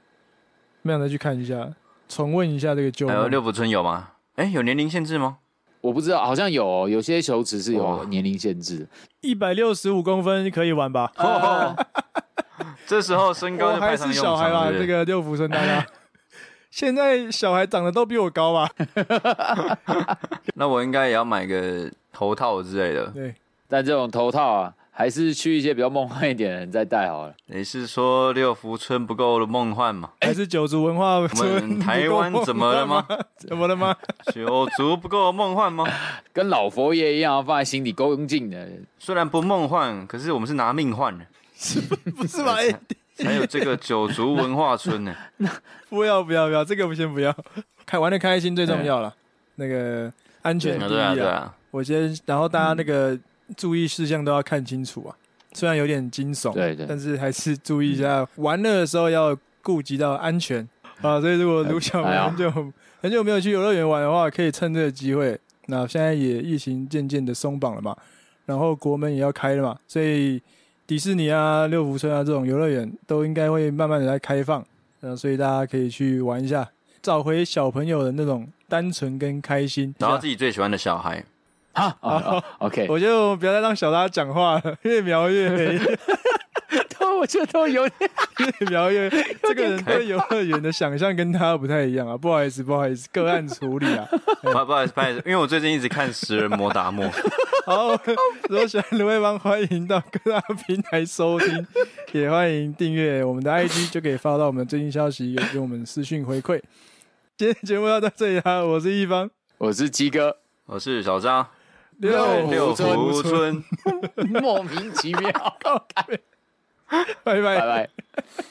[SPEAKER 2] 蛮想再去看一下，重温一下这个旧
[SPEAKER 3] 还有
[SPEAKER 2] 梦。
[SPEAKER 3] 六福村有吗？哎，有年龄限制吗？
[SPEAKER 1] 我不知道，好像有哦有些球池是有
[SPEAKER 3] 哇
[SPEAKER 1] 年龄限制的。
[SPEAKER 2] 一百六十五公分可以玩吧？
[SPEAKER 1] 哦，
[SPEAKER 3] 这时候身高
[SPEAKER 2] 我
[SPEAKER 3] 就
[SPEAKER 2] 还
[SPEAKER 3] 派上
[SPEAKER 2] 是
[SPEAKER 3] 用
[SPEAKER 2] 小孩
[SPEAKER 3] 场
[SPEAKER 2] 吧，
[SPEAKER 3] 了。
[SPEAKER 2] 这
[SPEAKER 3] 对不对
[SPEAKER 2] 个六福村大 家。现在小孩长得都比我高啊吧？
[SPEAKER 3] 那我应该也要买个头套之类的。
[SPEAKER 2] 对，
[SPEAKER 1] 但这种头套啊，还是去一些比较梦幻一点的人再戴好了。
[SPEAKER 3] 你是说六福村不够梦幻吗？
[SPEAKER 2] 哎还是九族文化
[SPEAKER 3] 我们
[SPEAKER 2] 村？
[SPEAKER 3] 台湾怎么了吗？？
[SPEAKER 2] 怎么了 吗？
[SPEAKER 3] 九族哦不够梦幻吗？
[SPEAKER 1] 跟老佛爷一样啊，放在心里恭敬的。
[SPEAKER 3] 虽然不梦幻，可是我们是拿命换的，
[SPEAKER 2] 不是吧？哎、
[SPEAKER 3] 才有这个九族文化村呢。
[SPEAKER 2] 不要不要不要，这个我先不要，
[SPEAKER 3] 哎
[SPEAKER 2] 开玩的开心最重要了。那个安全
[SPEAKER 3] 啊
[SPEAKER 2] 第
[SPEAKER 3] 对啊，
[SPEAKER 2] 哎
[SPEAKER 3] 嗯
[SPEAKER 2] 一
[SPEAKER 3] 对啊，
[SPEAKER 2] 我先，然后大家那个注意事项都要看清楚啊。虽然有点惊悚，
[SPEAKER 1] 对对
[SPEAKER 2] 但是还是注意一下，玩乐的时候要顾及到安全啊。所以如果卢小
[SPEAKER 1] 哎
[SPEAKER 2] 明
[SPEAKER 1] 呀
[SPEAKER 2] 很久、很久没有去游乐园玩的话，可以趁这个机会。那现在也疫情渐渐的松绑了嘛，然后国门也要开了嘛，所以迪士尼啊、六福村啊这种游乐园都应该会慢慢的在开放，嗯、所以大家可以去玩一下，找回小朋友的那种单纯跟开心。
[SPEAKER 3] 找到自己最喜欢的小孩。
[SPEAKER 1] 啊哦哦，OK，
[SPEAKER 2] 我就不要再让小拉讲话了，越描越黑，
[SPEAKER 1] 都我觉得都有点
[SPEAKER 2] 越描越黑。这个人对游乐园的想象跟他不太一样啊，不好意思，不好意思，个案处理啊。
[SPEAKER 3] 不不好意思，不好意思，因为我最近一直看《食人魔达摩》，
[SPEAKER 2] 好，我如果喜欢卢慧芳，欢迎到各大平台收听，也欢迎订阅我们的 IG，就可以发到我们最新消息，也给我们私讯回馈。今天节目要到这里啦，我是一方，
[SPEAKER 1] 我是鸡哥，
[SPEAKER 3] 我是小张，
[SPEAKER 1] 六
[SPEAKER 2] 哦
[SPEAKER 3] 六
[SPEAKER 1] 福
[SPEAKER 3] 福村。
[SPEAKER 1] 莫名其妙，
[SPEAKER 2] 拜
[SPEAKER 1] 拜拜。